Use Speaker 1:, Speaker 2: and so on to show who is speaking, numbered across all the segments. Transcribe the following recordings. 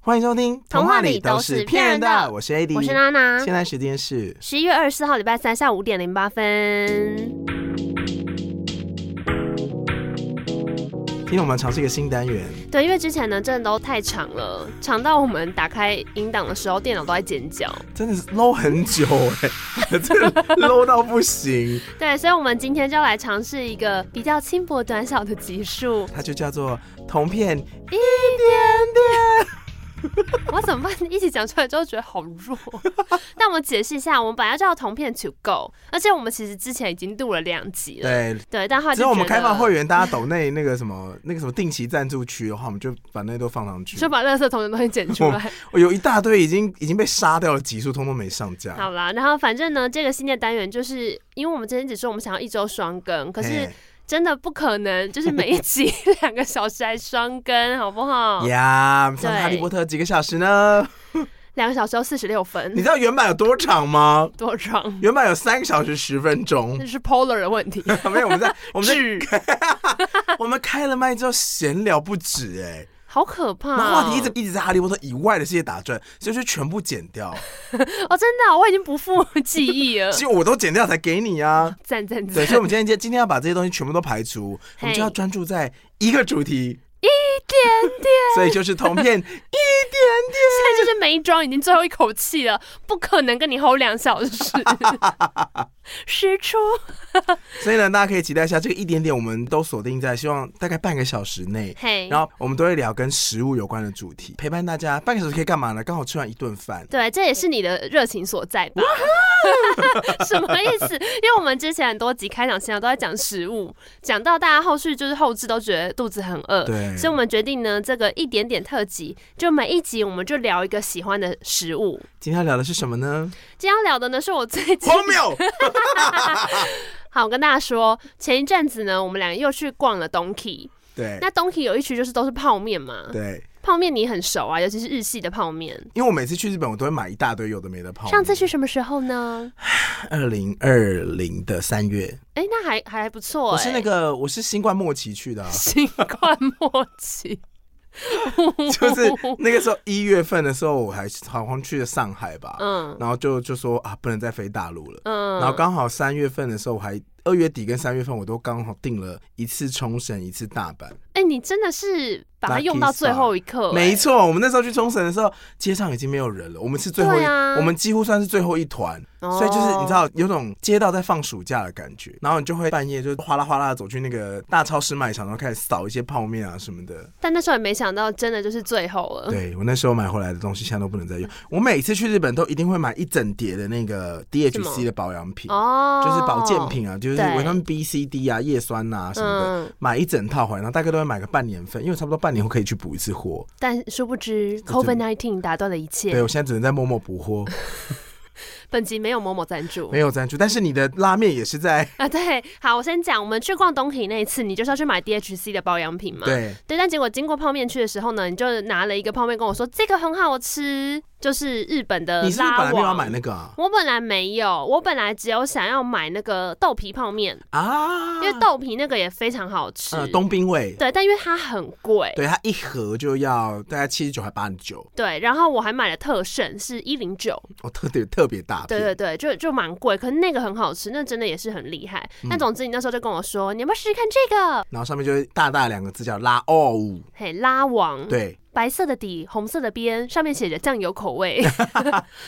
Speaker 1: 欢迎收听《
Speaker 2: 童话里都是骗人的
Speaker 1: 我是 AD，
Speaker 2: 我是娜娜。
Speaker 1: 现在时间是
Speaker 2: 十一月二十四号，礼拜三下午五点零八分。
Speaker 1: 今天我们尝试一个新单元，
Speaker 2: 对，因为之前呢，真的都太长了，长到我们打开音档的时候，电脑都在尖叫。
Speaker 1: 真的是 low 很久哎、 这个 low 到不行，
Speaker 2: 对，所以我们今天就要来尝试一个比较轻薄短小的 集数。
Speaker 1: 它就叫做同片
Speaker 2: 一点点。我怎么办？一起讲出来之后觉得好 弱。但我们解释一下，我们本来就要同片取购，而且我们其实之前已经录了两集了。
Speaker 1: 对。
Speaker 2: 对，但后来就
Speaker 1: 之后我们
Speaker 2: 觉得
Speaker 1: 开放会员，大家抖内那个什么 那个什么定期赞助区的话，我们就把那都放上去。
Speaker 2: 就把垃圾桶的东西剪出来。
Speaker 1: 我有一大堆已经已经被杀掉的集数，通通没上架。
Speaker 2: 好啦，然后反正呢，这个新的单元就是因为我们之前只说我们想要一周双更，可是
Speaker 1: 嘿
Speaker 2: 真的不可能，就是 每一集两个小时来双更，好不好？
Speaker 1: 呀，上次
Speaker 2: 哦对
Speaker 1: 哈利波特几个小时呢？
Speaker 2: 两个小时要四十六
Speaker 1: 你
Speaker 2: 分，
Speaker 1: 知道原版有多长吗？
Speaker 2: 多长？
Speaker 1: 原版有三个小时十分 钟
Speaker 2: 那。是 Polar 的问题。
Speaker 1: 没有，我们在我们在
Speaker 2: 是，
Speaker 1: 我们开了麦之后闲聊不止哎、
Speaker 2: 好可怕、
Speaker 1: 然后
Speaker 2: 哦！
Speaker 1: 话题一直一直在哈利波特以外的世界打转，所以就全部剪 掉，
Speaker 2: 哦，真的啊、我已经不复记忆了。
Speaker 1: 只有我都剪掉才给你啊。
Speaker 2: 赞赞
Speaker 1: 对，
Speaker 2: 赞！
Speaker 1: 所以我们今天今今天要把这些东西全部都排除，我们就要专注在一个主题，
Speaker 2: 天天，
Speaker 1: 所以就是同片
Speaker 2: 现在就是每一庄已经最后一口气了，不可能跟你 hold 两小时， 实出。
Speaker 1: 所以呢，大家可以期待一下这个一点点，我们都锁定在希望大概半个小时内。
Speaker 2: 嘿，
Speaker 1: 然后我们都会聊跟食物有关的主题，陪伴大家半个小时可以干嘛呢？刚好吃完一顿饭，
Speaker 2: 对，这也是你的热情所在吧？ 什么意思？因为我们之前很多集开场现场都在讲食物，讲到大家后续就是后置都觉得肚子很饿，
Speaker 1: 对
Speaker 2: 所以我们决定呢，这个一点点特辑，就每一集我们就聊一个喜欢的食物。
Speaker 1: 今天要聊的是什么呢？
Speaker 2: 今天要聊的呢，是我最近
Speaker 1: 荒谬！
Speaker 2: 好，我跟大家说，前一阵子呢，我们两个又去逛了 Donkey。
Speaker 1: 对
Speaker 2: 那 Donkey 有一区就是都是泡面嘛，
Speaker 1: 哎对，
Speaker 2: 泡面你很熟啊，尤其是日系的泡面。
Speaker 1: 因为我每次去日本，我都会买一大堆有的没的泡面。
Speaker 2: 上次去什么时候呢？
Speaker 1: 二零二零的三月，
Speaker 2: 哎、那还还不错、哎。
Speaker 1: 我是那个我是新冠末期去的啊、
Speaker 2: 新冠末期，
Speaker 1: 就是那个时候一月份的时候，我还好像去了上海吧，
Speaker 2: 嗯
Speaker 1: 然后就就说啊不能再飞大陆了，
Speaker 2: 嗯，
Speaker 1: 然后刚好三月份的时候，我还二月底跟三月份我都刚好订了一次冲绳，一次大阪。
Speaker 2: 哎、你真的是把它用到最后一刻、哎
Speaker 1: 没，错，我们那时候去冲绳的时候，街上已经没有人了，我们是最后一，
Speaker 2: 对啊
Speaker 1: 我们几乎算是最后一团，
Speaker 2: 哦
Speaker 1: 所以就是你知，道有种街道在放暑假的感觉，然后你就会半夜就哗啦哗啦地走去那个大超市卖场，然后开始扫一些泡面啊什么的。
Speaker 2: 但那时候也没想到，真的就是最后了。
Speaker 1: 对我那时候买回来的东西，现在都不能再用。我每次去日本都一定会买一整叠的那个
Speaker 2: 什
Speaker 1: DHC
Speaker 2: 么
Speaker 1: 的保养品，
Speaker 2: 哦，
Speaker 1: 就是保健，品啊，就是
Speaker 2: 对
Speaker 1: 维他命 B、C、D 啊、叶酸啊什么的。
Speaker 2: 嗯，
Speaker 1: 买一整套回来，然后大概都会买个半年份，因为我差不多半年后可以去补一次货。
Speaker 2: 但殊不知
Speaker 1: 我真
Speaker 2: COVID nineteen 打断了一
Speaker 1: 对
Speaker 2: 切。
Speaker 1: 我现在只能在陌陌补货，
Speaker 2: 本集没有某某赞助
Speaker 1: 没。有赞助，但是你的拉面也是在
Speaker 2: 啊，对，好，我先讲，我们去逛东体那一次，你就是要去买 DHC 的保养品嘛？
Speaker 1: 对
Speaker 2: 对，但结果经过泡面区的时候呢，你就拿了一个泡面跟我说这个很好吃，就是日本的
Speaker 1: 你是不是本
Speaker 2: 嗯拉
Speaker 1: 来没有要
Speaker 2: 网。
Speaker 1: 买那个啊？
Speaker 2: 我本来没有，我本来只有想要买那个豆皮泡面，
Speaker 1: 啊，
Speaker 2: 因为豆皮那个也非常好吃。
Speaker 1: 呃东兵卫，
Speaker 2: 对，但因为它很贵。
Speaker 1: 对它一盒就要大概七十九还八十九，
Speaker 2: 对，然后我还买了特盛，是一零九，
Speaker 1: 哦特别特别大
Speaker 2: 对
Speaker 1: 片，
Speaker 2: 对对，就就蛮贵，可是那个很好吃，那真的也是很厉害。
Speaker 1: 嗯
Speaker 2: 但总之，你那时候就跟我说，你要不要试试看这个？
Speaker 1: 然后上面就是大大两个字叫拉奥五，
Speaker 2: 嘿，拉王，
Speaker 1: 对，
Speaker 2: 白色的底，红色的边，上面写着酱油 口味，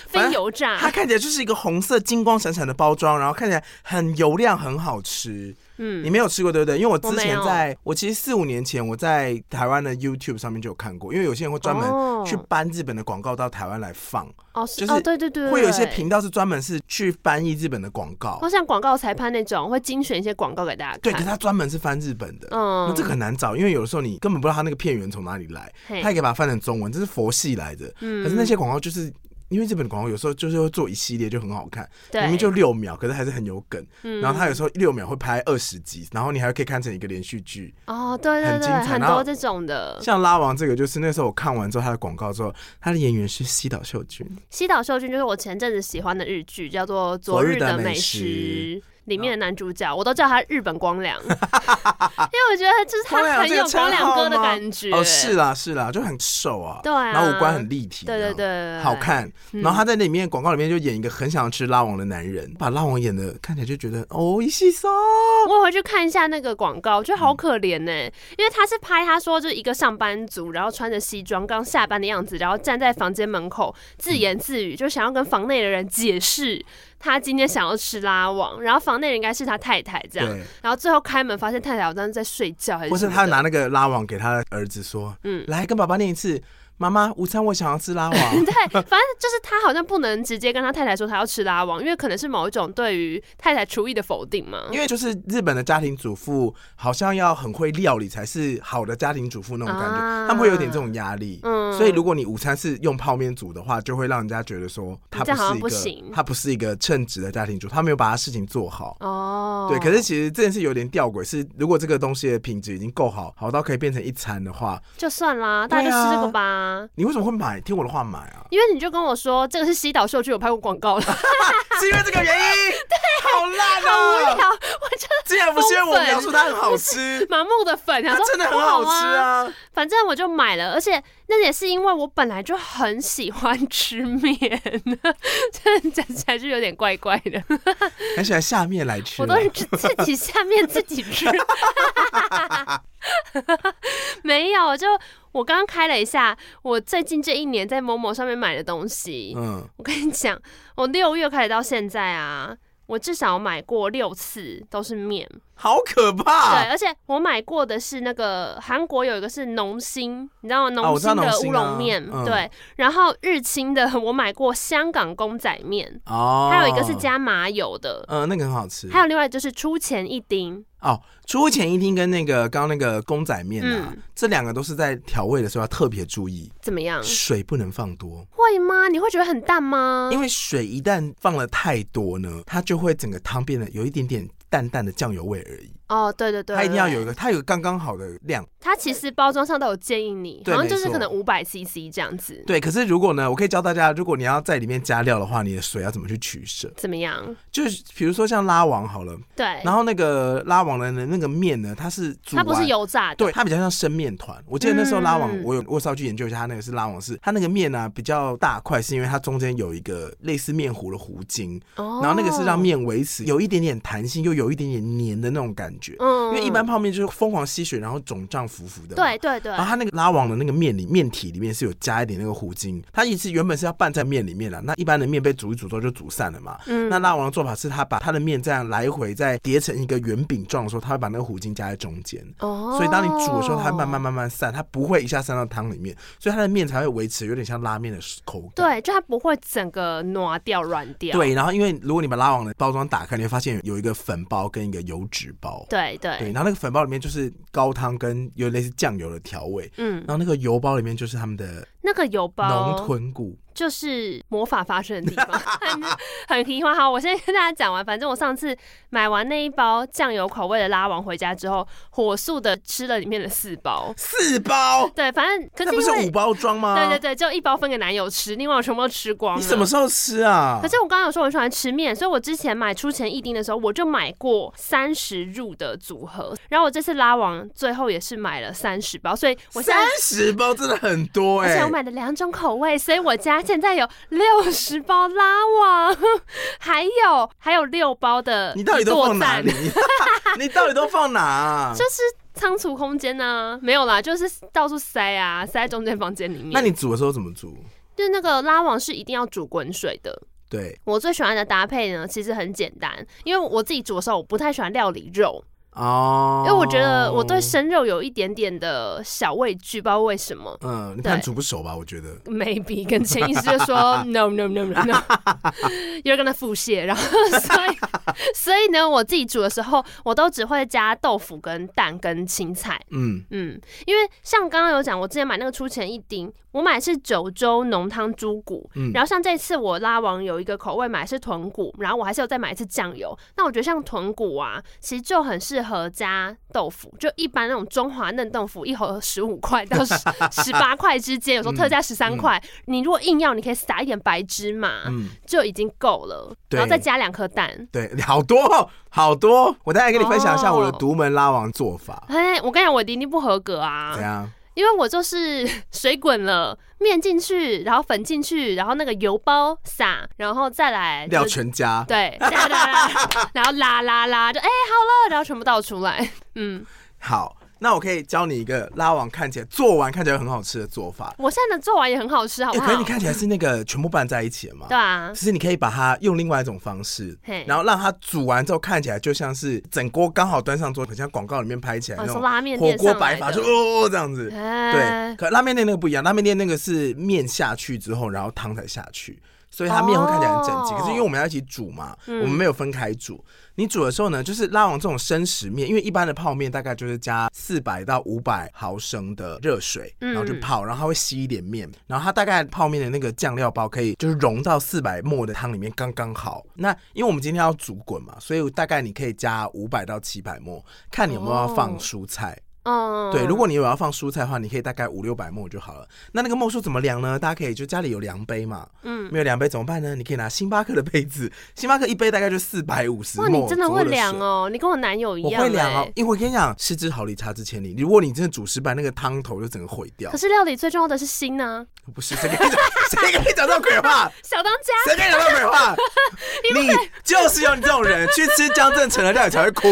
Speaker 2: 非油
Speaker 1: 它
Speaker 2: 炸。
Speaker 1: 看起来就是一个红色金光闪闪的包装，然后看起来很油亮，很好吃。
Speaker 2: 嗯
Speaker 1: 你没有吃过对不对？因为我之
Speaker 2: 我没
Speaker 1: 前
Speaker 2: 有
Speaker 1: 在，我其实四五年前我在台湾的 YouTube 上面就有看过，因为有些人会专门
Speaker 2: 哦
Speaker 1: 去搬日本的广告到台湾来放，
Speaker 2: 哦，是
Speaker 1: 就是
Speaker 2: 哦，对对对，哦
Speaker 1: 会有一些
Speaker 2: 对
Speaker 1: 频道是专门是去翻译日本的广告
Speaker 2: 好，像广告裁判那种，会精选一些广告给大家看。
Speaker 1: 对，可是他专门是翻日本的。那
Speaker 2: 嗯，
Speaker 1: 这个很难找，因为有的时候你根本不知道他那个片源从哪里来，
Speaker 2: 嘿
Speaker 1: 他也可以把它翻成中文，这是佛系来的。
Speaker 2: 嗯
Speaker 1: 可是那些广告就是因为日本的广告有时候就是会做一系列就很好看，
Speaker 2: 对
Speaker 1: 明明就六秒，可是还是很有梗。
Speaker 2: 嗯
Speaker 1: 然后他有时候六秒会拍二十集，然后你还可以看成一个连续剧。
Speaker 2: 哦，对对
Speaker 1: 很
Speaker 2: 对，
Speaker 1: 精彩
Speaker 2: 很
Speaker 1: 然后
Speaker 2: 多这种的。
Speaker 1: 像拉王这个，就是那时候我看完之后他的广告之后，他的演员是西岛秀俊，
Speaker 2: 西岛秀俊就是我前阵子喜欢的日剧，叫做《昨
Speaker 1: 昨日
Speaker 2: 日
Speaker 1: 的
Speaker 2: 的
Speaker 1: 美
Speaker 2: 美
Speaker 1: 食
Speaker 2: 食》。里面的男主角，我都叫他日本光 良，因为我觉得就是
Speaker 1: 光良
Speaker 2: 他很
Speaker 1: 啊这个
Speaker 2: 有光良哥的
Speaker 1: 称号吗
Speaker 2: 感觉。
Speaker 1: 哦，是啦是啦，就很瘦啊，
Speaker 2: 对啊
Speaker 1: 然后五官很立体，
Speaker 2: 对对对
Speaker 1: 这样，
Speaker 2: 对，嗯
Speaker 1: 好。看。然后他在里面广告里面就演一个很想要吃拉网的男人，把拉网演的看起来就觉得哦，一细松，
Speaker 2: 我回去看一下那个广告，我觉得
Speaker 1: 嗯
Speaker 2: 好可怜呢、欸因为他是拍他说就是一个上班族，然后穿着西装刚下班的样子，然后站在房间门口
Speaker 1: 嗯
Speaker 2: 自言自语，就想要跟房内的人解释他今天想要吃拉网，然后房内人应该是他太太这样，
Speaker 1: 对，
Speaker 2: 然后最后开门发现太太好像在睡觉还是
Speaker 1: 或
Speaker 2: 什
Speaker 1: 是
Speaker 2: 么
Speaker 1: 他
Speaker 2: 的
Speaker 1: 拿那个拉网给他的儿子说，
Speaker 2: 嗯
Speaker 1: 嗯，来跟爸爸念一次，妈妈，午餐我想要吃拉网。
Speaker 2: 对，反正就是他好像不能直接跟他太太说他要吃拉网，因为可能是某一种对于太太厨艺的否定嘛。
Speaker 1: 因为就是日本的家庭主妇，好像要很会料理才是好的家庭主妇那种感觉，
Speaker 2: 啊
Speaker 1: 他们会有点这种压力。
Speaker 2: 嗯
Speaker 1: 所以如果你午餐是用泡面煮的话，就会让人家觉得说他
Speaker 2: 这样好像
Speaker 1: 不是一
Speaker 2: 不行
Speaker 1: 个他不是一个称职的家庭主妇，他没有把他事情做好。
Speaker 2: 哦，
Speaker 1: 对，可是其实这件事有点吊诡，是如果这个东西的品质已经够好，好到可以变成一餐的话，
Speaker 2: 就算啦，大家就
Speaker 1: 啊
Speaker 2: 吃这个吧。，
Speaker 1: 你为什么会买？听我的话买啊
Speaker 2: 因为你就跟我说这个是西岛秀俊有拍过 广告了，好
Speaker 1: 是因为这个原因？好烂
Speaker 2: 无
Speaker 1: 啊！
Speaker 2: 聊，我就
Speaker 1: 竟然不是因为我
Speaker 2: 疯粉
Speaker 1: 描述它很好吃，
Speaker 2: 盲目的粉，
Speaker 1: 它
Speaker 2: 想说
Speaker 1: 真的很好
Speaker 2: 不
Speaker 1: 吃
Speaker 2: 啊。
Speaker 1: 啊。
Speaker 2: 反正我就买了，而且那也是因为我本来就很喜欢吃面， 这讲起来就有点怪怪的。
Speaker 1: 很喜欢下面来吃
Speaker 2: 我
Speaker 1: 啊，
Speaker 2: 都是自自己下面自己吃， 没有，就我刚刚开了一下，我最近这一年在某某上面买的东西，
Speaker 1: 嗯，
Speaker 2: 我跟你讲，我六月开始到现在啊。我至少买过六次都是面，
Speaker 1: 好可
Speaker 2: 对，
Speaker 1: 怕。
Speaker 2: 而且我买过的是那个韩国有一个是农心，你知道吗？
Speaker 1: 啊
Speaker 2: 农
Speaker 1: 我知道
Speaker 2: 心的
Speaker 1: 农
Speaker 2: 乌
Speaker 1: 心啊
Speaker 2: 龙面，
Speaker 1: 嗯
Speaker 2: 对。然后日清的我买过香港公仔面，
Speaker 1: 哦
Speaker 2: 还有一个是，加麻油的，
Speaker 1: 嗯，那个很好吃。
Speaker 2: 还有另外就是出前一丁，
Speaker 1: 哦，出前一丁跟那个刚刚那个公仔面啊
Speaker 2: 嗯，
Speaker 1: 这两个都是在调味的时候要特别注意，
Speaker 2: 怎么样？
Speaker 1: 水不能放多，
Speaker 2: 会吗？你会觉得很淡吗？
Speaker 1: 因为水一旦放了太多呢，它就会整个汤变得有一点点淡淡的酱油味而已。
Speaker 2: 哦，对对对，
Speaker 1: 它一定要有一
Speaker 2: 对。
Speaker 1: 个，它有刚刚好的量。
Speaker 2: 它其实包装上都有建议你，
Speaker 1: 对
Speaker 2: 好像就是
Speaker 1: 没错
Speaker 2: 可能五百 CC 这样子，
Speaker 1: 对，可是如果呢，我可以教大家，如果你要在里面加料的话，你的水要怎么去取舍？
Speaker 2: 怎么样？
Speaker 1: 就是比如说像拉王好了，
Speaker 2: 对，
Speaker 1: 然后那个拉网的那个面呢，它是煮
Speaker 2: 哎它不是
Speaker 1: 完
Speaker 2: 油炸的，
Speaker 1: 对，它比较像生面团。我记得那时候拉网
Speaker 2: 嗯，
Speaker 1: 我有我稍微去研究一下，它那个是拉网是它那个面呢、比较大块，是因为它中间有一个类似面糊的糊筋，
Speaker 2: 哦，
Speaker 1: 然后那个是让面维持有一点点弹性，又有一点点黏的那种感觉。因
Speaker 2: 嗯，嗯，
Speaker 1: 为一般泡面就是疯狂吸水，然后肿胀浮浮的。
Speaker 2: 对。对对，
Speaker 1: 然后它那个拉网的那个面里面体里面是有加一点那个糊精，它一直原本是要拌在面里面的，那一般的面被煮一煮之后就煮散了嘛。
Speaker 2: 嗯
Speaker 1: 那辣王的做法是，他把他的面这样来回再叠成一个圆饼状的时候，他会把那个糊精加在中间。
Speaker 2: 哦，
Speaker 1: 所以当你煮的时候，它慢慢。慢慢散，它不会一下散到汤里面，所以它的面才会维持有点像拉面的口感。
Speaker 2: 对，就它不会整个挪掉、软掉。
Speaker 1: 对，然后因为如果你把拉网的包装打开，你会发现有一个粉包跟一个油脂包。
Speaker 2: 对
Speaker 1: 对，
Speaker 2: 对，
Speaker 1: 然后那个粉包里面就是高汤跟有类似酱油的调味，
Speaker 2: 嗯
Speaker 1: 然，后那个油包里面就是他们的
Speaker 2: 那个油包
Speaker 1: 浓豚骨。
Speaker 2: 就是魔法发生的 地方，很很奇幻。好，我现在跟大家讲完，反正我上次买完那一包酱油口味的拉王回家之后，火速的吃了里面的四包。
Speaker 1: 四包，
Speaker 2: 对，反正可
Speaker 1: 那
Speaker 2: 是
Speaker 1: 不
Speaker 2: 因
Speaker 1: 是
Speaker 2: 为
Speaker 1: 五包装吗？
Speaker 2: 对对对，就一包分给男友吃，另外我全部都吃光了。
Speaker 1: 你什么时候吃啊？
Speaker 2: 可是我刚刚有说我喜欢吃面，所以我之前买出前一丁的时候，我就买过三十入的组合，然后我这次拉王最后也是买了三十包，所以我现在
Speaker 1: 三十包真的很多
Speaker 2: 而
Speaker 1: 哎、
Speaker 2: 且我买了两种口味，所以我家现在有六十包拉网，还有还有六包的
Speaker 1: 你到底都放哪
Speaker 2: 一
Speaker 1: 里
Speaker 2: 剁蛋？
Speaker 1: 你到底都放哪、啊？
Speaker 2: 就是仓储空间呢、没有啦，就是到处塞啊，塞在中间房间里面。
Speaker 1: 那你煮的时候怎么煮？
Speaker 2: 就是那个拉网是一定要煮滚水的。
Speaker 1: 对
Speaker 2: 我最喜欢的搭配呢，其实很简单，因为我自己煮的时候，我不太喜欢料理肉，
Speaker 1: 哦，
Speaker 2: 因为我觉得我对生肉有一点点的小畏惧，不知道为什么。
Speaker 1: 嗯，你
Speaker 2: 对
Speaker 1: 看煮不熟吧？我觉得
Speaker 2: maybe 跟潜意识就说 no no no no no，you're gonna 腹泻，然后所以所以呢，我自己煮的时候，我都只会加豆腐跟蛋跟青菜，
Speaker 1: 嗯
Speaker 2: 嗯，因为像刚刚有讲，我之前买那个出前一丁，我买的是九州浓汤猪骨，
Speaker 1: 嗯
Speaker 2: 然后像这次我拉网有一个口味买的是豚骨，然后我还是有再买一次酱油。那我觉得像豚骨啊，其实就很适合加豆腐，就一般那种中华嫩豆腐一盒十五块 到十十八块之间，有时候
Speaker 1: 嗯
Speaker 2: 特价十三块。你如果硬要，你可以撒一点白芝麻，
Speaker 1: 嗯，
Speaker 2: 就已经够了，
Speaker 1: 对
Speaker 2: 然后再加两颗蛋。
Speaker 1: 对，好多哦好多，我再来跟你分享一下我的
Speaker 2: 哦
Speaker 1: 独门拉王做法，
Speaker 2: 哎，我跟你讲，我一定不合格
Speaker 1: 怎
Speaker 2: 啊，
Speaker 1: 样？
Speaker 2: 因为我就是 水滚了，面进去，然后粉进去，然后那个油包撒，然后再来
Speaker 1: 料
Speaker 2: 哎就是
Speaker 1: 全家。
Speaker 2: 对，哒哒哒然后拉拉拉，就哎、好了，然后全部倒出来， 嗯，
Speaker 1: 好，那我可以教你一个拉网看起来做完看起来很好吃的做法。
Speaker 2: 我现在的做完也很好吃，好
Speaker 1: 哎、
Speaker 2: 不
Speaker 1: 可
Speaker 2: 好？
Speaker 1: 是你看起来是那个全部拌在一起的嘛？
Speaker 2: 对啊，
Speaker 1: 其实你可以把它用另外一种方式
Speaker 2: 嘿，
Speaker 1: 然后让它煮完之后看起来就像是整锅刚好端上桌，很像广告里面拍起来
Speaker 2: 哦，
Speaker 1: 那
Speaker 2: 是
Speaker 1: 种
Speaker 2: 拉面
Speaker 1: 火
Speaker 2: 店
Speaker 1: 锅
Speaker 2: 上
Speaker 1: 摆
Speaker 2: 来
Speaker 1: 法，
Speaker 2: 的，
Speaker 1: 就哦这样子。对，
Speaker 2: 哎，
Speaker 1: 可拉面店那个不一样，拉面店那个是面下去之后，然后汤才下去，所以它面会看起来很整齐。
Speaker 2: 哦
Speaker 1: 可是因为我们要一起煮嘛，
Speaker 2: 嗯
Speaker 1: 我们没有分开煮。你煮的时候呢，就是拉网这种生食面，因为一般的泡面大概就是加四百到五百毫升的热水，
Speaker 2: 嗯
Speaker 1: 然后去泡，然后它会吸一点面，然后它大概泡面的那个酱料包可以就是融到四百沫的汤里面刚刚好。那因为我们今天要煮滚嘛，所以大概你可以加五百到七百沫，看你有没有要放
Speaker 2: 哦
Speaker 1: 蔬菜。
Speaker 2: 嗯，
Speaker 1: 对，如果你有要放蔬菜的话，你可以大概五六百沫就好了。那那个沫数怎么量呢？大家可以就家里有量杯嘛，
Speaker 2: 嗯，
Speaker 1: 没有量杯怎么办呢？你可以拿星巴克的杯子， 星巴克一杯大概就四百五十
Speaker 2: 哇，
Speaker 1: 沫。
Speaker 2: 你真的会量。哦，你跟我男友一
Speaker 1: 我
Speaker 2: 样、哎
Speaker 1: 会量哦，因为我跟你讲，失之毫厘，差之千里。如果你真的煮失败，那个汤头就整个毁掉
Speaker 2: 可。是料理最重要的是心呢、
Speaker 1: 不是谁跟你讲， 谁跟你讲这种鬼话？
Speaker 2: 小当家。
Speaker 1: 谁跟你讲这种鬼 话？你就是有你这种人，去吃江正成的料理才会 哭，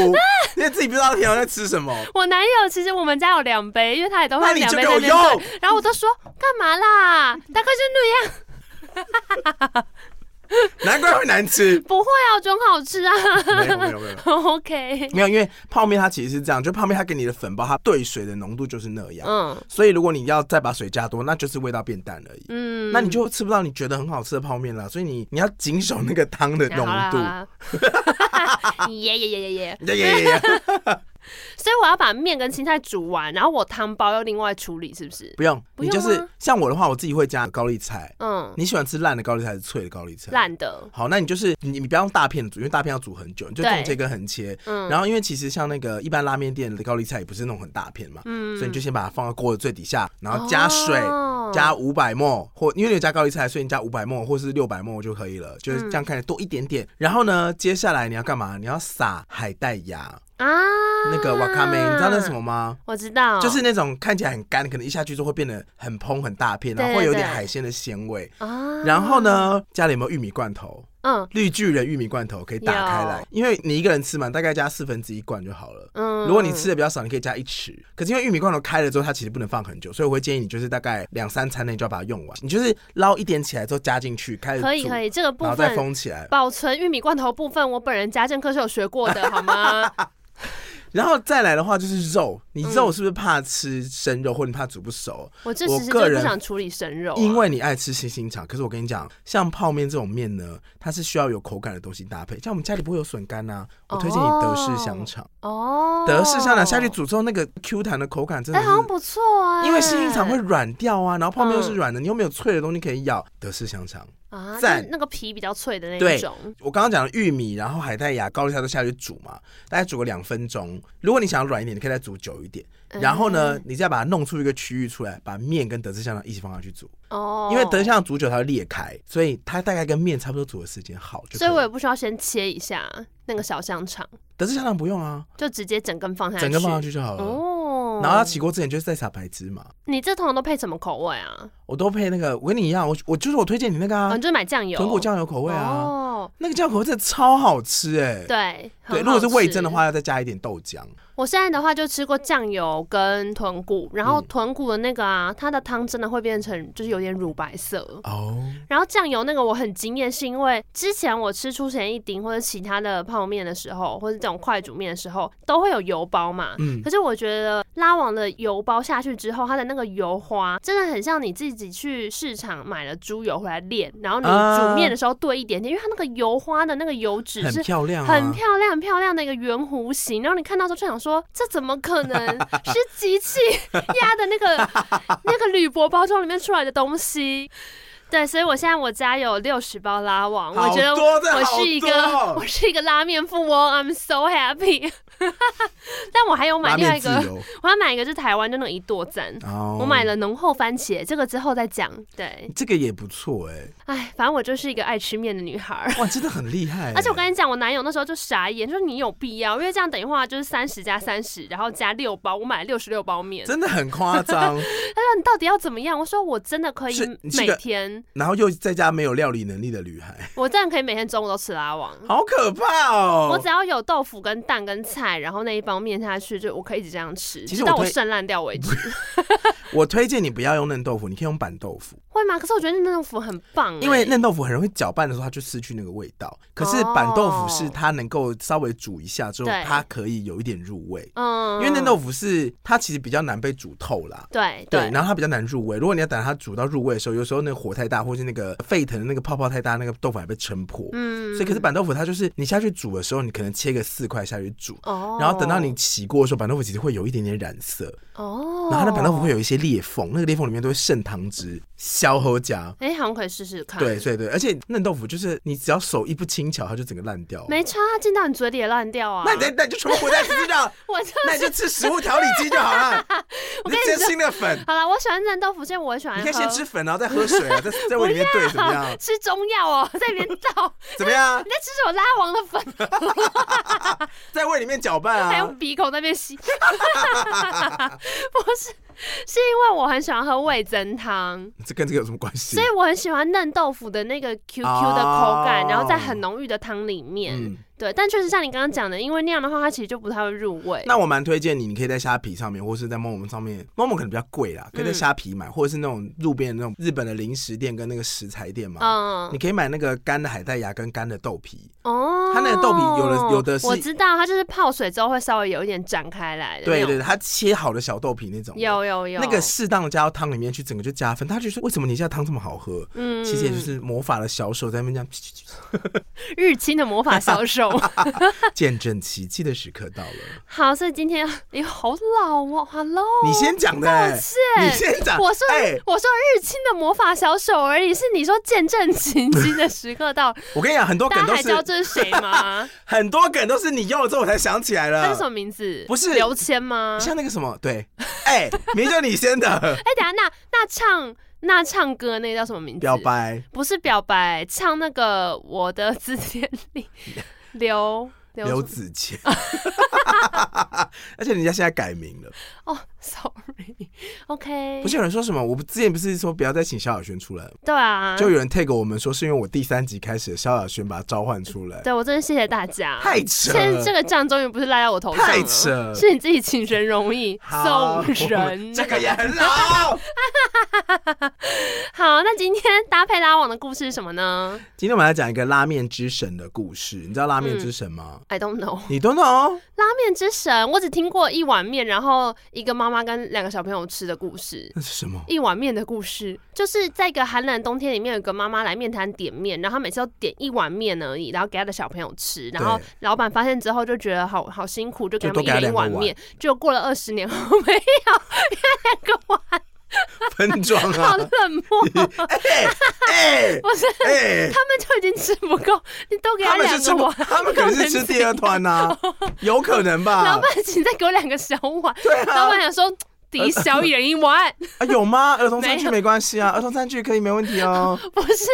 Speaker 1: 因为自己不知道天晚上在吃什么。
Speaker 2: 我男友其实我们家有两杯，因为他也都
Speaker 1: 那
Speaker 2: 会
Speaker 1: 你
Speaker 2: 两
Speaker 1: 就
Speaker 2: 杯
Speaker 1: 给
Speaker 2: 在
Speaker 1: 我
Speaker 2: 那边炖
Speaker 1: 用
Speaker 2: 然后我都说干嘛啦，大概就那样，
Speaker 1: 难怪会难 吃。
Speaker 2: 不会啊，就很好吃啊。
Speaker 1: 没有没有没有。
Speaker 2: OK，
Speaker 1: 没有，因为泡面它其实是这样，就泡面它给你的粉包，它兑水的浓度就是那样。
Speaker 2: 嗯
Speaker 1: 所以如果你要再把水加多，那就是味道变淡而已。
Speaker 2: 嗯，
Speaker 1: 那你就吃不到你觉得很好吃的泡面啦，所以你你要谨守那个汤的 浓度。
Speaker 2: 度。 耶耶耶耶耶！
Speaker 1: 耶耶耶耶！
Speaker 2: 所以我要把面跟青菜煮完，然后我汤包要另外处理，是不是？
Speaker 1: 不用，
Speaker 2: 不
Speaker 1: 你
Speaker 2: 用
Speaker 1: 就是
Speaker 2: 吗
Speaker 1: 像我的话，我自己会加高丽菜。
Speaker 2: 嗯，
Speaker 1: 你喜欢吃烂的高丽菜还是脆的高丽菜？。
Speaker 2: 烂的，
Speaker 1: 好，那你就是你你不要用大片煮，因为大片要煮很久，你就
Speaker 2: 对
Speaker 1: 纵切跟横切。
Speaker 2: 嗯，
Speaker 1: 然
Speaker 2: 后
Speaker 1: 后因为其实像那个一般拉面店的高丽菜也不是那种很大片嘛，
Speaker 2: 嗯
Speaker 1: 所以你就先把它放到锅的最底下，然后加水，
Speaker 2: 哦
Speaker 1: 加五百沫，或因为你有加高丽菜，所以你加五百沫或是六百沫就可以了，就是这
Speaker 2: 嗯
Speaker 1: 样看起来多一点点。然后呢，接下来你要干嘛？你要撒海带芽，
Speaker 2: 啊，
Speaker 1: 那个瓦卡梅，你知道那是什么？吗？
Speaker 2: 我知道，
Speaker 1: 就是那种看起来很干，可能一下去就会变得很蓬很大片，
Speaker 2: 对
Speaker 1: 然后会有点
Speaker 2: 对
Speaker 1: 海鲜的鲜味。
Speaker 2: 啊，
Speaker 1: 然后？呢，家里有没有玉米罐头？
Speaker 2: 嗯
Speaker 1: 绿巨人玉米罐头可以打开来，因为你一个人吃嘛，大概加四分之一罐就好了。
Speaker 2: 嗯，
Speaker 1: 如果你吃的比较少，你可以加一匙。可是因为玉米罐头开了之后，它其实不能放很久，所以我会建议你就是大概两三餐内就要把它用完。你就是捞一点起来之后加进去，开始煮，
Speaker 2: 可以可以，这个部
Speaker 1: 然后再
Speaker 2: 分
Speaker 1: 封起来，
Speaker 2: 保存玉米罐头部分，我本人家政课是有学过的，好吗？
Speaker 1: 然后再来的话就是肉，你肉
Speaker 2: 嗯
Speaker 1: 是不是怕吃生肉，或你怕煮不熟？
Speaker 2: 我这其实
Speaker 1: 我
Speaker 2: 就
Speaker 1: 个
Speaker 2: 是不
Speaker 1: 人
Speaker 2: 想处理生肉啊、
Speaker 1: 因为你爱吃星星肠，可是我跟你讲，像泡面这种面呢，它是需要有口感的东西搭配。像我们家里不会有笋干呐、我推荐你德式香肠。
Speaker 2: 哦，
Speaker 1: 德式香肠下去，煮之后，那个 Q 弹的口感真
Speaker 2: 哎、
Speaker 1: 的是
Speaker 2: 好像不错啊、
Speaker 1: 嗯因为星星肠会软掉啊，然后泡面又是
Speaker 2: 嗯
Speaker 1: 软的，你又没有脆的东西可以咬。德式香肠，
Speaker 2: 啊，就
Speaker 1: 赞
Speaker 2: 是那个皮比较脆的那
Speaker 1: 对
Speaker 2: 一种，
Speaker 1: 我刚刚讲的玉米，然后海带芽、高丽菜都下去煮嘛，大概煮个两分钟。如果你想要软一点，你可以再煮久一点。
Speaker 2: 嗯
Speaker 1: 然后呢，你再把它弄出一个区域出来，把面跟德式香肠一起放下去煮，
Speaker 2: 哦，
Speaker 1: 因为德式香肠煮久它会裂开，所以它大概跟面差不多煮的时间好就可
Speaker 2: 所以我也
Speaker 1: 以。
Speaker 2: 不需要先切一下那个小香肠，
Speaker 1: 德式香肠不用啊，
Speaker 2: 就直接整根放下去，
Speaker 1: 整个放上去就好了。
Speaker 2: 哦。
Speaker 1: 然后它起锅之前就是再撒白芝麻，
Speaker 2: 你这通常都配什么口味啊？
Speaker 1: 我都配那个，我跟你一样，我我就是我推荐你那个
Speaker 2: 哦，
Speaker 1: 啊
Speaker 2: 你，就是买酱油，
Speaker 1: 豚骨酱油口味啊。
Speaker 2: 哦，
Speaker 1: 那个酱口味真的超好吃哎、
Speaker 2: 对
Speaker 1: 对，
Speaker 2: 很
Speaker 1: 如果是
Speaker 2: 好
Speaker 1: 味
Speaker 2: 吃
Speaker 1: 增的话，要再加一点豆浆。
Speaker 2: 我现在的话就吃过酱油跟豚骨，然
Speaker 1: 嗯
Speaker 2: 后豚骨的那个啊，它的汤真的会变成就是有点乳白色。
Speaker 1: 哦，
Speaker 2: 然后酱油那个我很惊艳，是因为之前我吃出前一丁或者其他的泡面的时候，或者这种快煮面的时候，都会有油包嘛。
Speaker 1: 嗯
Speaker 2: 可是我觉得拉网的油包下去之后，它的那个油花真的很像你自己去市场买了猪油回来炼，然后你
Speaker 1: 啊
Speaker 2: 煮面的时候兑一点点，因为它那个油花的那个油脂
Speaker 1: 很
Speaker 2: 是
Speaker 1: 漂亮、啊，
Speaker 2: 很漂亮、很漂亮的一个圆弧形，然后你看到之后就想说，这怎么可能 是机器压的那个 那个铝箔包装里面出来的东西？对，所以我现在我家有六十包拉网，我
Speaker 1: 好
Speaker 2: 觉得
Speaker 1: 多真的
Speaker 2: 我
Speaker 1: 好
Speaker 2: 是一个
Speaker 1: 多
Speaker 2: 我是一个拉面富翁，I'm so happy。但我还有买
Speaker 1: 拉
Speaker 2: 另外
Speaker 1: 面
Speaker 2: 一
Speaker 1: 自
Speaker 2: 个，
Speaker 1: 由。
Speaker 2: 我还买一个就是台湾的那种一剁赞，
Speaker 1: 哦
Speaker 2: 我买了浓厚番茄，这个之后再讲。对，
Speaker 1: 这个也不错哎、
Speaker 2: 哎，反正我就是一个爱吃面的女孩儿。
Speaker 1: 哇，真的很厉害欸、
Speaker 2: 而且我跟你讲，我男友那时候就傻眼，就说你有必要，因为这样等于话就是三十加三十，然后加六包，我买了六十六包面。
Speaker 1: 欸真的很夸 张，
Speaker 2: 他说你到底要怎么样？我说我真的可以
Speaker 1: 是你是
Speaker 2: 每
Speaker 1: 个
Speaker 2: 天，
Speaker 1: 然后又在家没有料理能力的女孩，
Speaker 2: 我真的可以每天中午都吃拉网。
Speaker 1: 好可怕哦！
Speaker 2: 我只要有豆腐跟蛋跟菜，然后那一包面下去，就我可以一直这样吃，
Speaker 1: 其
Speaker 2: 直
Speaker 1: 实
Speaker 2: 到
Speaker 1: 我
Speaker 2: 我
Speaker 1: 推
Speaker 2: 肾烂掉 为止，
Speaker 1: 我推荐你不要用嫩豆腐，你可以用板豆腐，
Speaker 2: 会吗？可是我觉得那豆腐很棒、欸
Speaker 1: 因为嫩豆腐很容易搅拌的时候它就失去那个味道。可是
Speaker 2: 哦
Speaker 1: 板豆腐是它能够稍微煮一下之后
Speaker 2: 对，
Speaker 1: 它可以有一点入味。
Speaker 2: 嗯
Speaker 1: 因为嫩豆
Speaker 2: 腐
Speaker 1: 腐是它其实比较难被煮透啦，
Speaker 2: 对
Speaker 1: 对，然后它比较难入味。如果你要等它煮到入味的时候，有时候那个火太大，或是那个沸腾的那个泡泡太大，那个豆腐还被撑破。
Speaker 2: 嗯
Speaker 1: 所以，可是板豆腐它就是你下去煮的时候，你可能切个四块下去煮，
Speaker 2: 哦，
Speaker 1: 然后等到你起锅的时候，板豆腐其实会有一点点染色，
Speaker 2: 哦，
Speaker 1: 然后它的板豆腐会有一些裂缝，那个裂缝里面都会渗汤汁，消喉夹。
Speaker 2: 哎、好像可以试试看。
Speaker 1: 对，对对，而且嫩豆腐就是你只要手一不轻巧，它就整个烂掉。
Speaker 2: 没差，它进到你嘴里也烂掉啊。
Speaker 1: 那你在那你就全部混在身 上，
Speaker 2: 我就
Speaker 1: 那你就吃食物调理机就好了。
Speaker 2: 我
Speaker 1: 你
Speaker 2: 跟
Speaker 1: 就
Speaker 2: 你
Speaker 1: 直接吃那个粉，
Speaker 2: 好了，我喜欢嫩豆腐，所以我也喜欢
Speaker 1: 你
Speaker 2: 喝。
Speaker 1: 可以先吃粉，然后再喝水啊，再 再往里面兑怎么样？
Speaker 2: 吃中药哦， 在里面倒。
Speaker 1: 怎么样
Speaker 2: 你？在吃什么拉王的粉？
Speaker 1: 在胃里面搅拌
Speaker 2: 还
Speaker 1: 啊
Speaker 2: 用。鼻孔那边吸？ 不是，是因为我很喜欢喝味增汤。
Speaker 1: 这跟这个有什么关系
Speaker 2: 所以？我很喜欢嫩豆腐的那个 QQ 的口感，
Speaker 1: 哦
Speaker 2: 然后在很浓郁的汤里面，
Speaker 1: 嗯
Speaker 2: 对。但确实像你刚刚讲的，因为那样的话，它其实就不太会入味。
Speaker 1: 那我蛮推荐你，你可以在虾皮上面，或是在 Momo 上面，Momo 可能比较贵啦，可
Speaker 2: 嗯
Speaker 1: 以在虾皮买，或者是那种路边的那种日本的零食店跟那个食材店嘛。
Speaker 2: 嗯
Speaker 1: 你，可以买那个干的海带芽跟干的豆皮，
Speaker 2: 哦，
Speaker 1: 它那个豆皮有的有的是
Speaker 2: 我知道，它就是泡水之后会稍微有一点展开来的那
Speaker 1: 对
Speaker 2: 种。
Speaker 1: 对，它切好的小豆皮那种，
Speaker 2: 有有有，
Speaker 1: 那个适当的加到汤里面去，整个就加分。他就说为什么你家汤这么好喝？
Speaker 2: 嗯
Speaker 1: 其实也就是魔法的小手在那边这样 噗噗噗
Speaker 2: 日清的魔法销 售。
Speaker 1: 噗，见证奇迹的时刻到了。
Speaker 2: 好，所以今天你好老哦，Hello，
Speaker 1: 你先讲的、欸，
Speaker 2: 歉
Speaker 1: 你先讲，
Speaker 2: 我说、
Speaker 1: 哎、
Speaker 2: 我说日清的魔法小手而已，是你说见证奇迹的时刻到，
Speaker 1: 我跟你讲，很多
Speaker 2: 大
Speaker 1: 梗
Speaker 2: 家
Speaker 1: 都
Speaker 2: 还知道
Speaker 1: 是嗯
Speaker 2: 这是谁 吗？
Speaker 1: 很多梗都是你用了之后我才想起来
Speaker 2: 他是什
Speaker 1: 了，
Speaker 2: 么名字？
Speaker 1: 不是
Speaker 2: 刘谦吗？
Speaker 1: 像那个什么，对，哎、明明就你先的
Speaker 2: 哎、等一下，那那唱那唱歌那个叫什么名字？
Speaker 1: 表白，
Speaker 2: 不是表白，唱那个我的字典里 刘
Speaker 1: 刘
Speaker 2: 刘
Speaker 1: 子谦， 而且人家现在改名了。
Speaker 2: 哦，sorry，OK，、
Speaker 1: 不是有人说什么？我不之前不是说不要再请萧亚轩出来，
Speaker 2: 对啊，
Speaker 1: 就有人 tag 我们说是因为我第三集开始萧亚轩把他召唤 出来，
Speaker 2: 对我真的谢谢大家。
Speaker 1: 太扯
Speaker 2: 现在这
Speaker 1: 了。
Speaker 2: 个账终于不是赖在我头上
Speaker 1: 太
Speaker 2: 了，
Speaker 1: 扯
Speaker 2: 是你自己请神容易
Speaker 1: 好
Speaker 2: 送人。
Speaker 1: 这个也哦很好。
Speaker 2: 好，那今天搭配拉网的故事是什么呢
Speaker 1: 今天我们来讲一个拉面之神的故事，你知道拉面之神吗？
Speaker 2: ？I don't know。
Speaker 1: 你都懂，哦
Speaker 2: 拉面之神，我只听过一碗面，然后一个妈妈跟两个小朋友吃的故事。
Speaker 1: 那是什么？
Speaker 2: 一碗面的故事，就是在一个寒冷的冬天里面，有个妈妈来面摊点面，然后她每次都点一碗面而已，然后给她的小朋友吃。然后老板发现之后就觉得好好辛苦，就给
Speaker 1: 就
Speaker 2: 他们
Speaker 1: 多
Speaker 2: 一
Speaker 1: 给她
Speaker 2: 人一碗
Speaker 1: 两个碗
Speaker 2: 面。就过了二十年后，没有 给她两个碗，
Speaker 1: 分装
Speaker 2: 好
Speaker 1: 啊！
Speaker 2: 冷漠。
Speaker 1: 哎哎
Speaker 2: 不是，
Speaker 1: 哎，
Speaker 2: 他们就已经吃不够，你都给
Speaker 1: 他们
Speaker 2: 两
Speaker 1: 是吃
Speaker 2: 个
Speaker 1: 不
Speaker 2: 碗，，
Speaker 1: 他们可能是吃第二团呐，有可能
Speaker 2: 老
Speaker 1: 吧？
Speaker 2: 板，请再给我两个小碗。
Speaker 1: 啊对
Speaker 2: 老
Speaker 1: 啊
Speaker 2: 板，想说，抵小一人一碗，
Speaker 1: 啊有吗？儿童餐
Speaker 2: 没有
Speaker 1: 具没关系啊，儿童餐具可以没问题哦。
Speaker 2: 不是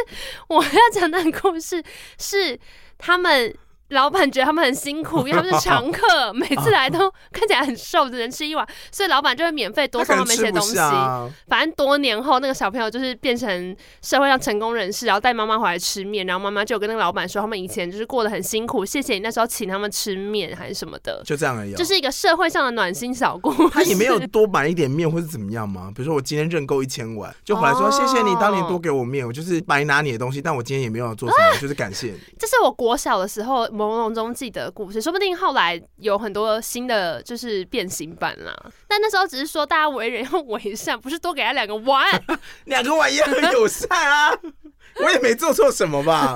Speaker 2: 我要讲的故事，是他们老板觉得他们很辛 苦，因为他们是常客，每次来都看起来很瘦，只能吃一碗，所以老板就会免费 多
Speaker 1: 他可
Speaker 2: 送
Speaker 1: 能
Speaker 2: 他们一
Speaker 1: 吃
Speaker 2: 些
Speaker 1: 不
Speaker 2: 东西。
Speaker 1: 下啊。
Speaker 2: 反正多年后，那个小朋友就是变成社会上成功人士，然后带妈妈回来吃面，然后妈妈就有跟那个老板说，他们以前就是过得很辛苦，谢谢你那时候请他们吃面还是什么的，
Speaker 1: 就这样而已哦。
Speaker 2: 就是一个社会上的暖心小故事。
Speaker 1: 他也没有多买一点面或是怎么样吗？比如说我今天认购一千碗，就回来说
Speaker 2: 哦
Speaker 1: 谢谢你当年多给我面，我 就是白拿你的东西，但我今天也没有做什么，就是感谢你。
Speaker 2: 这是我国小的时候朦胧中记得的故事，说不定后来有很多新的就是变形版啦。但那时候只是说大 家为人要为善，不是多给他两个碗。
Speaker 1: 两个碗也很友善啊，我也没做错什么吧？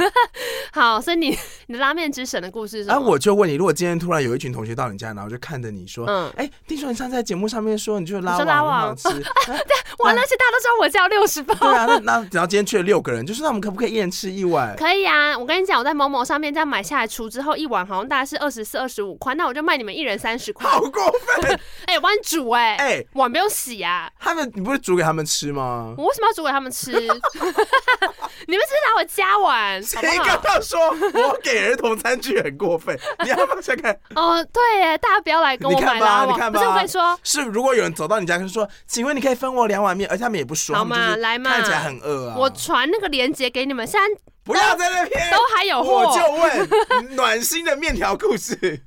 Speaker 2: 好，所以你你的拉面之神的故事是什么
Speaker 1: 啊，我就问你，如果今天突然有一群同学到你家，然后就看着你说，
Speaker 2: 嗯
Speaker 1: 哎、丁爽，你上次在节目上面说你觉得拉
Speaker 2: 你说拉
Speaker 1: 网很好
Speaker 2: 网
Speaker 1: 吃，啊
Speaker 2: 完了，而且大家都知道我叫六十包。
Speaker 1: 对啊，那那然后今天去了六个人，就是那我们可不可以一人吃一碗？
Speaker 2: 可以啊，我跟你讲，我在某某上面这样买下来除之后，一碗好像大概是二十四、二十五块，那我就卖你们一人三十块。
Speaker 1: 好过分！
Speaker 2: 哎、我帮你煮哎、
Speaker 1: 哦哎、
Speaker 2: 碗不用洗啊。
Speaker 1: 他们你不是煮给他们吃吗？
Speaker 2: 我为什么要煮给他们吃？你们只是拿我家碗，
Speaker 1: 谁
Speaker 2: 好不
Speaker 1: 刚
Speaker 2: 好？
Speaker 1: 刚说我给儿童餐具很过分？你要不要想看？
Speaker 2: 哦，对耶，大家不要来跟我
Speaker 1: 你看
Speaker 2: 买
Speaker 1: 吧
Speaker 2: 拉
Speaker 1: 你看吧啊
Speaker 2: 网。不是我跟你说，
Speaker 1: 是如果有人走到你家跟说，请问你可以分我两碗面，而且他们也不说，
Speaker 2: 好
Speaker 1: 他
Speaker 2: 嘛
Speaker 1: 们就是
Speaker 2: 来嘛
Speaker 1: 看起来很饿啊。
Speaker 2: 我传那个链接给你们，现在
Speaker 1: 不要在那边，
Speaker 2: 都还有
Speaker 1: 我
Speaker 2: 货，
Speaker 1: 就问暖心的面条故事，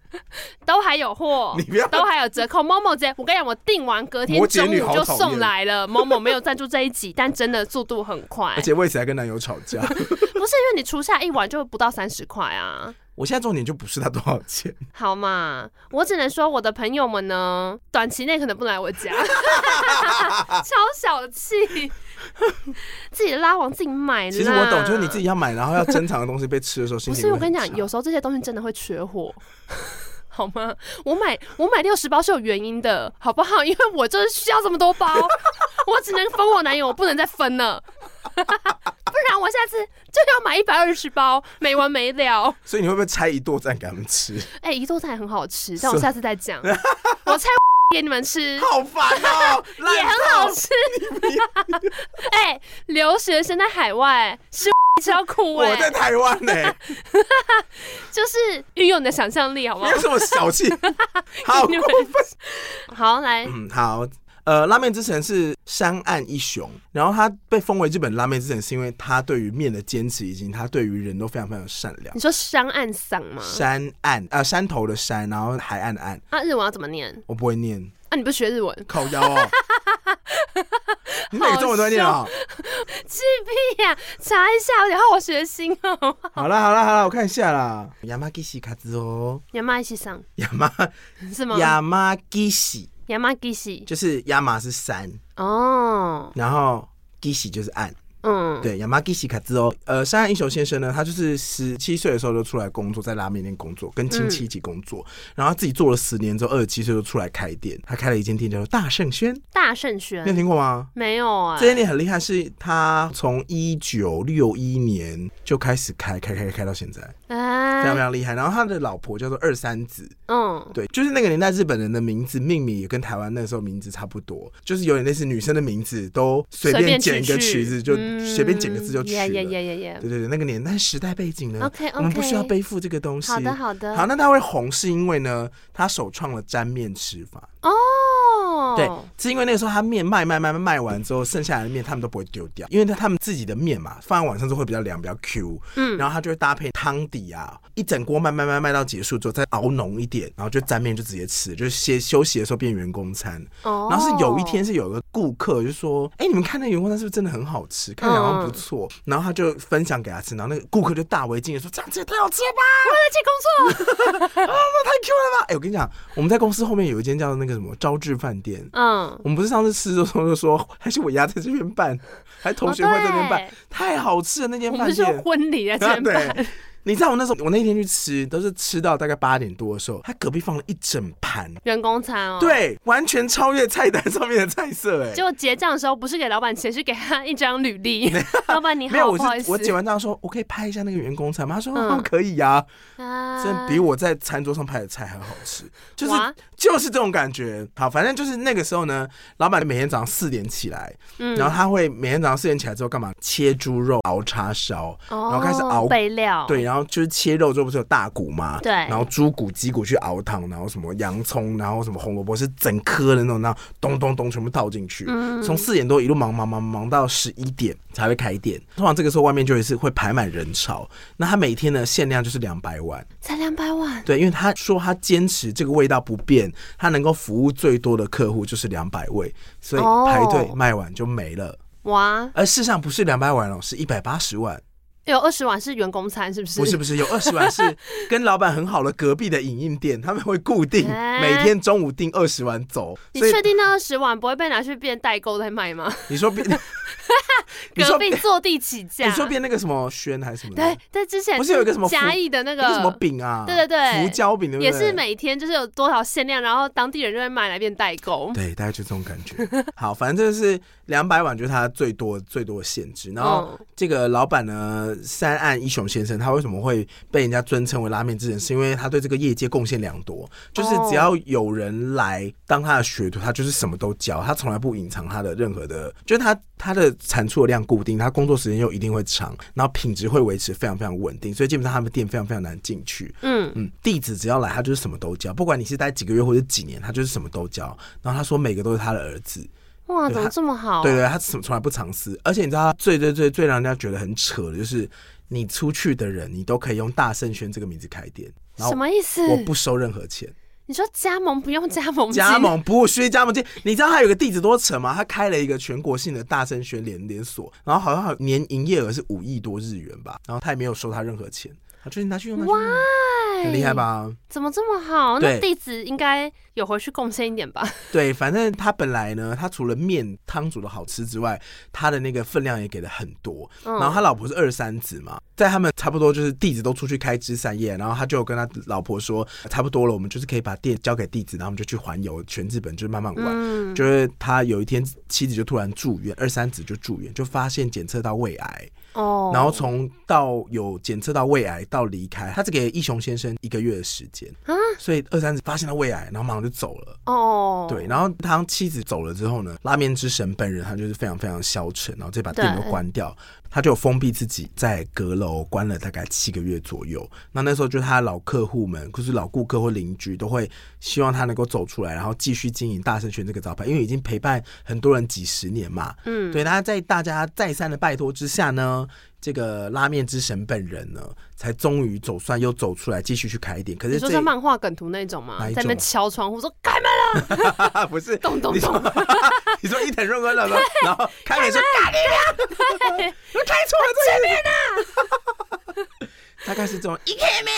Speaker 2: 都还有货
Speaker 1: 你。不要
Speaker 2: 哦 都还有折扣，某某直接，我跟你讲，我订完隔天
Speaker 1: 摩羯
Speaker 2: 中
Speaker 1: 女
Speaker 2: 午
Speaker 1: 好
Speaker 2: 就
Speaker 1: 讨
Speaker 2: 送
Speaker 1: 厌
Speaker 2: 来了。某某没有赞助这一集，但真的速度很快
Speaker 1: 而，且为此还跟男友吵架。
Speaker 2: 不是因为你除下一碗就不到三十块啊。
Speaker 1: 我现在重点就不是他多少钱，
Speaker 2: 好嘛，我只能说我的朋友们呢，短期内可能不能来 我家，超小气， 自己的拉网自己买啦。
Speaker 1: 其实我懂，就是你自己。要买，然后要珍藏的东西被吃的时候，心
Speaker 2: 不
Speaker 1: 情
Speaker 2: 是，我
Speaker 1: 会很
Speaker 2: 跟你讲，
Speaker 1: 差
Speaker 2: 有时候这些东西真的会缺货。 好吗？我买我买六十包是有原因的，好不好？因 为我就是需要这么多包， 我只能分我男友，我不能再分了， 不然我下次就要买一百二十包，没完没了。
Speaker 1: 所以你会不会拆一剁再给他们 吃？
Speaker 2: 哎、一做菜很好吃，但我
Speaker 1: 是
Speaker 2: 下次 再讲。我猜给你们吃，
Speaker 1: 好烦哦、
Speaker 2: 也
Speaker 1: 烂
Speaker 2: 很好
Speaker 1: 透
Speaker 2: 吃。欸哎、留学生在海外 吃是要哭哎、
Speaker 1: 我在台湾 呢、
Speaker 2: 就是运用你的想象力，好不
Speaker 1: 没
Speaker 2: 好
Speaker 1: 有？什么小气， 好
Speaker 2: 你们好，来，
Speaker 1: 嗯，好，呃，拉面之神是山岸一雄，然后他被封为日本拉面之神，是因为他对于面的坚持，以及他对于人都非常非常善良
Speaker 2: 你。说商岸嗓吗？
Speaker 1: 山岸啊、呃，山头的山，然后海岸的岸，
Speaker 2: 啊，日文要怎么念？
Speaker 1: 我不会念，
Speaker 2: 啊，你不学日文？
Speaker 1: 靠腰哦。你每个中文都会念哦。
Speaker 2: 气屁哎呀、查一下，然后我学新哦。
Speaker 1: 好啦好啦好啦，我看一下啦。亚麻吉西卡兹 哦，
Speaker 2: 亚麻一起上
Speaker 1: 亚麻
Speaker 2: 是吗？
Speaker 1: 亚麻吉西
Speaker 2: 亚麻一起
Speaker 1: 就是亚麻是山，
Speaker 2: 哦，
Speaker 1: 然后吉西就是岸。
Speaker 2: 嗯，
Speaker 1: 对，亚麻吉西卡兹哦，呃，山岸英雄先生呢，他就是十七岁的时候就出来工作，在拉面店工作，跟亲戚一起工作，然后他自己做了十年之后，二十七岁就出来开店，他开了一间店叫做大圣轩，
Speaker 2: 大圣
Speaker 1: 你有
Speaker 2: 轩
Speaker 1: 听过吗？
Speaker 2: 没有啊、
Speaker 1: 这间店很厉害，是他从一九六一年就开始开，开开开开到现在，非常非
Speaker 2: 哎，
Speaker 1: 常厉害。然后他的老婆叫做二三子，
Speaker 2: 嗯，
Speaker 1: 对，就是那个年代日本人的名字命名也跟台湾那时候名字差不多，就是有点类似女生的名字都随便捡一个曲子就
Speaker 2: 嗯
Speaker 1: 随便捡个字就取了。
Speaker 2: 耶耶耶耶耶。
Speaker 1: 对对对，那个年代时代背景呢
Speaker 2: OK，OK
Speaker 1: 我们不需要背负这个东西。
Speaker 2: 好的，好的，
Speaker 1: 好那他会红是因为呢，他首创了沾面吃法。
Speaker 2: 哦，
Speaker 1: 对，是因为那个时候他面卖卖卖卖卖完之后，剩下来的面他们都不会丢掉，因为他们自己的面嘛，放在晚上就会比较凉，比较 Q。
Speaker 2: 嗯
Speaker 1: 然后他就会搭配汤底啊，一整锅卖卖卖卖到结束之后再熬浓一点，然后就沾面就直接吃，就是歇休息的时候变员工餐。
Speaker 2: 哦
Speaker 1: 然后是有一天是有个顾客就说：“哎、你们看那员工餐是不是真的很好吃？看起来好像不错。
Speaker 2: 嗯
Speaker 1: 然后他就分享给他吃，然后那个顾客就大为惊异说：“这样子也太好吃了吧！
Speaker 2: 我在去工作，
Speaker 1: 那太 Q 了吧！”哎、我跟你讲，我们在公司后面有一间叫那个什么招致饭店。
Speaker 2: 嗯，
Speaker 1: 我们不是上次吃的时候就说，还是我丫在这边办，还同学会在这边办，
Speaker 2: 哦对
Speaker 1: 太好吃了那间
Speaker 2: 我
Speaker 1: 饭
Speaker 2: 们是说
Speaker 1: 店。
Speaker 2: 婚礼 在这边
Speaker 1: 啊对，你知道我那时候，我那天去吃，都是吃到大概八点多的时候，他隔壁放了一整盘，
Speaker 2: 员工餐哦，，
Speaker 1: 对，完全超越菜单上面的菜色、哎
Speaker 2: 结，果结账的时候不是给老板钱，是给他一张履历， 老板你
Speaker 1: 没有，
Speaker 2: 好，
Speaker 1: 我
Speaker 2: 不好意
Speaker 1: 是
Speaker 2: 思，
Speaker 1: 我结完账说，我可以拍一下那个员工餐吗？他说、
Speaker 2: 嗯
Speaker 1: 哦可以呀、
Speaker 2: 啊
Speaker 1: 真比我在餐桌上拍的菜还好吃，就是
Speaker 2: 哇
Speaker 1: 就是这种感觉。好，反正就是那个时候呢，老板每天早上四点起来，
Speaker 2: 嗯
Speaker 1: 然后他会每天早上四点起来之后干嘛？切猪肉、熬叉烧，
Speaker 2: 然
Speaker 1: 后开始熬
Speaker 2: 哦备料，
Speaker 1: 对，，然后就是切肉之后不是有大骨嘛，
Speaker 2: 哦对
Speaker 1: 然后猪骨、鸡骨去熬汤，然后什么洋葱，然后什么红萝卜是整颗的那种，然后咚咚咚全部倒进去，
Speaker 2: 嗯
Speaker 1: 从四点多一路忙忙忙忙到十一点才会开店。通常这个时候外面就也是会排满人潮，那他每天的限量就是两百碗，
Speaker 2: 才两百万，
Speaker 1: 对，因为他说他坚持这个味道不变，他能够服务最多的客户就是两百位，所以
Speaker 2: 哦
Speaker 1: 排队卖完就没了。
Speaker 2: 哇，
Speaker 1: 而事实上不是两百碗哦，是一百八十碗。
Speaker 2: 有二十碗是员工餐，是不是？
Speaker 1: 不是不是，有二十碗 是跟老板很好的隔壁的影印店，他们会固定
Speaker 2: 哎
Speaker 1: 每天中午订二十碗走。
Speaker 2: 你
Speaker 1: 所以
Speaker 2: 确定那二十碗不会被拿去变代购再卖吗？
Speaker 1: 你说 变，你
Speaker 2: 隔
Speaker 1: 说
Speaker 2: 壁
Speaker 1: 变，
Speaker 2: 坐地起价。
Speaker 1: 你说变那个什么轩还是什么的？
Speaker 2: 对，在之前
Speaker 1: 不是有一个什么
Speaker 2: 嘉
Speaker 1: 福
Speaker 2: 义的那
Speaker 1: 那个什么
Speaker 2: 个，
Speaker 1: 饼啊？
Speaker 2: 对对对
Speaker 1: 胡椒饼对不对？
Speaker 2: 也是每天就是有多少限量，然后当地人就会买来变代购。
Speaker 1: 对，大概就这种感觉。好，反正就是两百碗，就是它最多最多的限制。然后
Speaker 2: 嗯，
Speaker 1: 这个老板呢，三岸一雄先生，他为什么会被人家尊称为拉面之神？是因为他对这个业界贡献良多，就是
Speaker 2: 哦
Speaker 1: 只要有人来当他的学徒，他就是什么都教，他从来不隐藏他的任何的，就是他他的产出的量固定，他工作时间又一定会长，然后品质会维持非常非常稳定，所以基本上他们店非常非常难进去。
Speaker 2: 嗯，
Speaker 1: 嗯，弟子只要来，他就是什么都教，不管你是待几个月或者几年，他就是什么都教。然后他说每个都是他的儿子，
Speaker 2: 哇，
Speaker 1: 对
Speaker 2: 怎么
Speaker 1: 他
Speaker 2: 这么好啊？
Speaker 1: 对对，他从从来不藏私。而且你知道他最最最最让人家觉得很扯的就是，你出去的人，你都可以用大圣轩这个名字开店，然
Speaker 2: 什
Speaker 1: 后
Speaker 2: 么意思？
Speaker 1: 我不收任何钱，
Speaker 2: 你说加盟不用加盟金
Speaker 1: 加盟不需加盟金。你知道他有个弟子多扯吗？他开了一个全国性的大圣轩连连锁，然后好像年营业额是五亿多日元吧，然后他也没有收他任何钱，他就是拿去用，拿去用，很厉害？吧？
Speaker 2: 怎么这么好？
Speaker 1: 对
Speaker 2: 那弟子应该有回去贡献一点吧？
Speaker 1: 对，反正他本来呢，他除了面汤煮的好吃之外，他的那个分量也给的很多。
Speaker 2: 嗯，
Speaker 1: 然后他老婆是二三子嘛，在他们差不多就是弟子都出去开枝散叶，然后他就跟他老婆说，差不多了，我们就是可以把店交给弟子，然后我们就去环游全日本，就是慢慢玩。
Speaker 2: 嗯，
Speaker 1: 就是他有一天妻子就突然住院，二三子就住院，就发现检测到胃癌，
Speaker 2: 哦，
Speaker 1: 然后从到有检测到胃癌到离开，他只给一雄先生一个月的时间
Speaker 2: 啊
Speaker 1: 所以二三子发现他胃癌，然后马上就走了。
Speaker 2: 哦，
Speaker 1: 对，然后他妻子走了之后呢，拉面之神本人他就是非常非常消沉，然后这把店都
Speaker 2: 对
Speaker 1: 关掉，他就封闭自己在阁楼关了大概七个月左右。那那时候就是他的老客户们，就是老顾客或邻居都会希望他能够走出来，然后继续经营大圣轩这个招牌，因为已经陪伴很多人几十年嘛。
Speaker 2: 嗯，
Speaker 1: 对，那在大家再三的拜托之下呢，这个拉面之神本人呢，才终于走算又走出来，继续去开店。可
Speaker 2: 你
Speaker 1: 是
Speaker 2: 说
Speaker 1: 这
Speaker 2: 像漫画梗图那种吗？
Speaker 1: 哪一
Speaker 2: 在那边
Speaker 1: 种
Speaker 2: 敲窗户说开 门，
Speaker 1: 不是
Speaker 2: 咚咚
Speaker 1: 你说
Speaker 2: 咚，
Speaker 1: 你说伊藤润二老师，然后开门说干你娘， 我开错了这面呢。 大概是这种一开面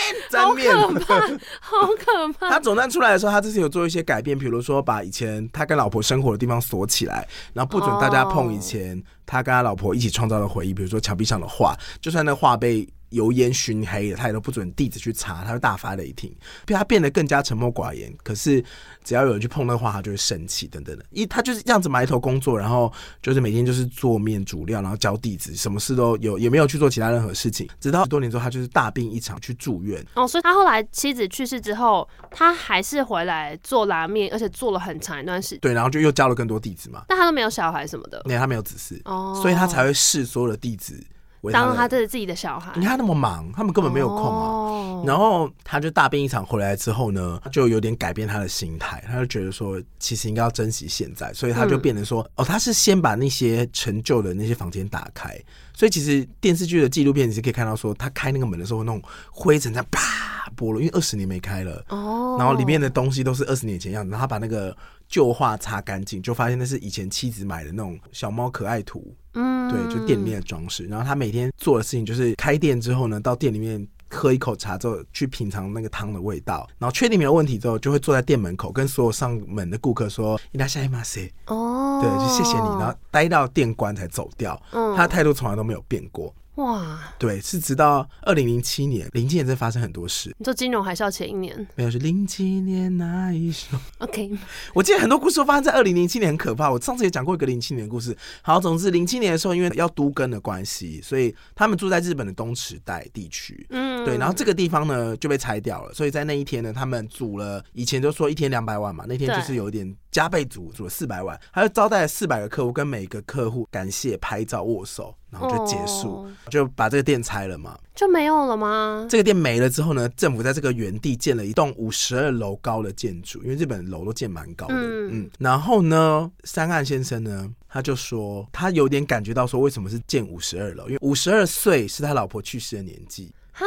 Speaker 1: 沾
Speaker 2: 好
Speaker 1: 面
Speaker 2: 可。怕， 好可怕。
Speaker 1: 他总站出来的时候，他这次有做一些改变，比如说把以前他跟老婆生活的地方锁起来，然后不准大家碰以前他跟他老婆一起创造的回忆，比如说墙壁上的画，就算那画被油烟熏黑了，他也都不准弟子去查，他会大发雷霆。他变得更加沉默寡言，可是只要有人去碰那个画，他就会生气等等的。一他就是这样子埋头工作，然后就是每天就是做面煮料，然后教弟子，什么事都有，也没有去做其他任何事情。直到多年之后，他就是大病一场去住院，
Speaker 2: 哦，所以他后来妻子去世之后，他还是回来做拉面，而且做了很长一段时间，
Speaker 1: 对，然后就又教了更多弟子嘛。
Speaker 2: 但他都没有小孩什么的。
Speaker 1: 那他没有子嗣，
Speaker 2: 哦，
Speaker 1: 所以他才会视所有的弟子为
Speaker 2: 当
Speaker 1: 他
Speaker 2: 他
Speaker 1: 的。
Speaker 2: 的自己的小孩，
Speaker 1: 你看他那么忙，他们根本没有空啊。
Speaker 2: 哦、
Speaker 1: 然后他就大病一场回来之后呢，他就有点改变他的心态，他就觉得说，其实应该要珍惜现在，所以他
Speaker 2: 嗯
Speaker 1: 就变成说，哦，他是先把那些陈旧的那些房间打开，所以其实电视剧的纪录片你是可以看到说，他开那个门的时候，那种灰尘在啪剥落，因为二十年没开了，
Speaker 2: 哦，
Speaker 1: 然后里面的东西都是二十年前的样子，然后他把那个旧画擦干净，就发现那是以前妻子买的那种小猫可爱图，
Speaker 2: 嗯，
Speaker 1: 对，就店里面的装饰。然后他每天做的事情就是开店之后呢，到店里面喝一口茶之后，去品尝那个汤的味道，然后确定没有问题之后，就会坐在店门口跟所有上门的顾客说“いらっしゃいませ”，
Speaker 2: 哦，
Speaker 1: 对，就谢谢你，然后待到店关才走掉。
Speaker 2: 嗯
Speaker 1: 他的态度从来都没有变过，
Speaker 2: 哇，
Speaker 1: 对，是直到二零零七年，零七年真的发生很多事，
Speaker 2: 你说金融海啸前一年
Speaker 1: 没有是零七年那一首。
Speaker 2: ，OK，
Speaker 1: 我记得很多故事都发生在二零零七年，很可怕。我上次也讲过一个零七年的故事。好，总之零七年的时候，因为要都更的关系，所以他们住在日本的东池袋地区。
Speaker 2: 嗯，
Speaker 1: 对，然后这个地方呢就被拆掉了，所以在那一天呢，他们组了以前就说一天两百万嘛，那天
Speaker 2: 对
Speaker 1: 就是有一点加倍组，组了四百万，还有招待了四百个客户，跟每个客户感谢、拍照、握手，然后就结束，
Speaker 2: 哦
Speaker 1: 就把这个店拆了嘛。
Speaker 2: 就没有了吗？
Speaker 1: 这个店没了之后呢，政府在这个原地建了一栋五十二楼高的建筑，因为日本楼都建蛮高的。
Speaker 2: 嗯
Speaker 1: 嗯然后呢，三岸先生呢，他就说他有点感觉到说，为什么是建五十二楼？因为五十二岁是他老婆去世的年纪，
Speaker 2: 啊，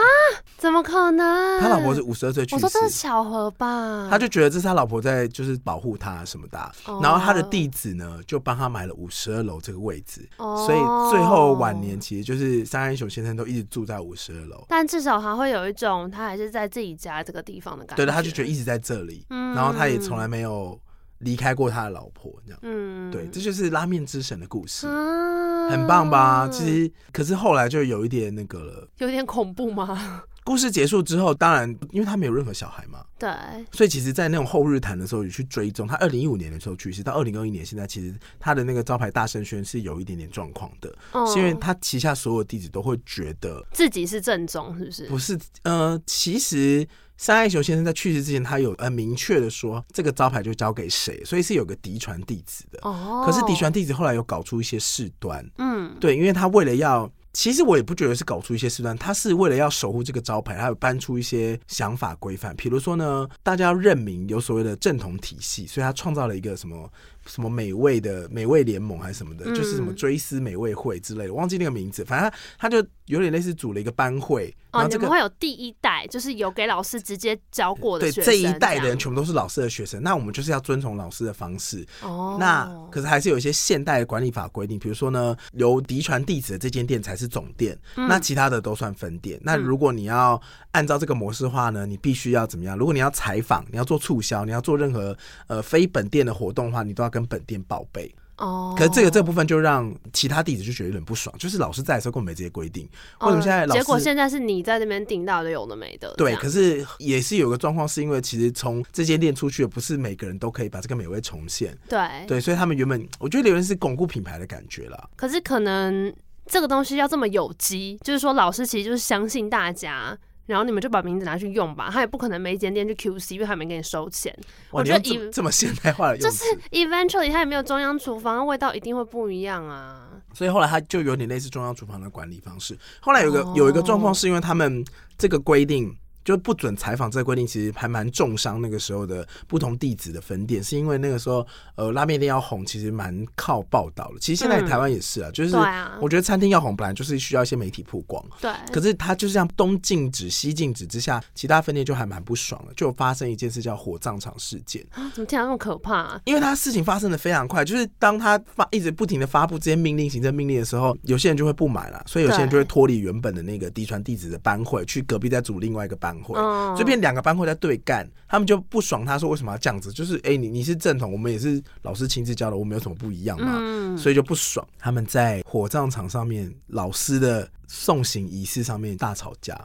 Speaker 2: 怎么可能？
Speaker 1: 他老婆是五十二岁去
Speaker 2: 嗯我
Speaker 1: 世
Speaker 2: 说，这是巧合吧？
Speaker 1: 他就觉得这是他老婆在就是保护他什么的啊、
Speaker 2: 哦
Speaker 1: 然后他的弟子呢就帮他买了五十二楼这个位置，
Speaker 2: 哦
Speaker 1: 所以最后晚年其实就是三安雄先生都一直住在五十二楼。
Speaker 2: 但至少他会有一种他还是在自己家这个地方的感觉。
Speaker 1: 对的，他就觉得一直在这里，
Speaker 2: 嗯
Speaker 1: 然后他也从来没有离开过他的老婆，这样。
Speaker 2: 嗯
Speaker 1: 对，这就是拉面之神的故事，
Speaker 2: 啊
Speaker 1: 很棒吧？其实，可是后来就有一点那个了。
Speaker 2: 有点恐怖吗？
Speaker 1: 故事结束之后，当然，因为他没有任何小孩嘛，
Speaker 2: 对，
Speaker 1: 所以其实，在那种后日谈的时候，也去追踪他。二零一五年的时候去世，到二零二一年现在，其实他的那个招牌大圣轩是有一点点状况的，
Speaker 2: 嗯
Speaker 1: 是因为他旗下所有弟子都会觉得
Speaker 2: 自己是正宗，是不是？
Speaker 1: 不是，呃，其实山爱雄先生在去世之前，他有很明确的说这个招牌就交给谁，所以是有个嫡传弟子的。
Speaker 2: 哦，
Speaker 1: 可是嫡传弟子后来有搞出一些事端，
Speaker 2: 嗯，
Speaker 1: 对，因为他为了要。其实我也不觉得是搞出一些事端，他是为了要守护这个招牌，他有搬出一些想法规范，比如说呢，大家要认明有所谓的正统体系，所以他创造了一个什么什么美味的美味联盟还是什么的，
Speaker 2: 嗯
Speaker 1: 就是什么追思美味会之类的，忘记那个名字，反正他他就有点类似组了一个班会，然
Speaker 2: 哦，
Speaker 1: 后
Speaker 2: 你
Speaker 1: 这个、
Speaker 2: 们会有第一代，就是有给老师直接教过的
Speaker 1: 对
Speaker 2: 学生，
Speaker 1: 这一代的
Speaker 2: 这
Speaker 1: 人
Speaker 2: 样
Speaker 1: 全部都是老师的学生，那我们就是要遵从老师的方式，
Speaker 2: 哦，
Speaker 1: 那可是还是有一些现代的管理法规定，比如说呢，由嫡传弟子的这间店才是总店，
Speaker 2: 嗯
Speaker 1: 那其他的都算分店。那如果你要按照这个模式化呢，你必须要怎么样？如果你要采访，你要做促销，你要做任何呃非本店的活动的话，你都要跟本店报备。
Speaker 2: 哦，
Speaker 1: 可是这个这部分就让其他弟子就觉得有点不爽，就是老师在的时候根本没这些规定，为什么
Speaker 2: 嗯
Speaker 1: 现在老师？
Speaker 2: 结果现在是你在那边顶到的有的没的，
Speaker 1: 对，
Speaker 2: 这样
Speaker 1: 可是也是有个状况，是因为其实从这间店出去的，不是每个人都可以把这个美味重现。
Speaker 2: 对
Speaker 1: 对，所以他们原本我觉得留言是巩固品牌的感觉啦。
Speaker 2: 可是可能这个东西要这么有机，就是说老师其实就是相信大家。然后你们就把名字拿去用吧，他也不可能每一间店去 QC，因为他没给你收钱。
Speaker 1: 哇
Speaker 2: 我
Speaker 1: 你
Speaker 2: 觉得
Speaker 1: 用这
Speaker 2: 以
Speaker 1: 么这么现代化的
Speaker 2: 就
Speaker 1: 用
Speaker 2: 是
Speaker 1: 词，
Speaker 2: eventually 他也没有中央厨房，味道一定会不一样啊。
Speaker 1: 所以后来他就有点类似中央厨房的管理方式。后来有个、
Speaker 2: 哦
Speaker 1: 有一个状况，是因为他们这个规定。就不准采访这个规定，其实还蛮重伤那个时候的不同地址的分店，是因为那个时候呃拉面店要红，其实蛮靠报 道的。其实现在
Speaker 2: 嗯
Speaker 1: 台湾也是啊，就是
Speaker 2: 对啊嗯
Speaker 1: 我觉得餐厅要红本来就是需要一些媒体曝光，
Speaker 2: 对，
Speaker 1: 可是他就是这样东禁止西禁止之下，其他分店就还蛮不爽了，就有发生一件事叫火葬场事件。
Speaker 2: 啊怎么听起来那么可怕、啊？
Speaker 1: 因为他事情发生的非常快，就是当他发一直不停的发布这些命令、行政命令的时候，有些人就会不买了，所以有些人
Speaker 2: 对
Speaker 1: 就会脱离原本的那个嫡传弟子的班会，去隔壁再组另外一个班会，
Speaker 2: 嗯
Speaker 1: 所以变两个班会在对干，他们就不爽，他说为什么要这样子？就是哎、你你是正统，我们也是老师亲自教的，我们有什么不一样吗？
Speaker 2: 嗯，
Speaker 1: 所以就不爽，他们在火葬场上面老师的送行仪式上面大吵 架，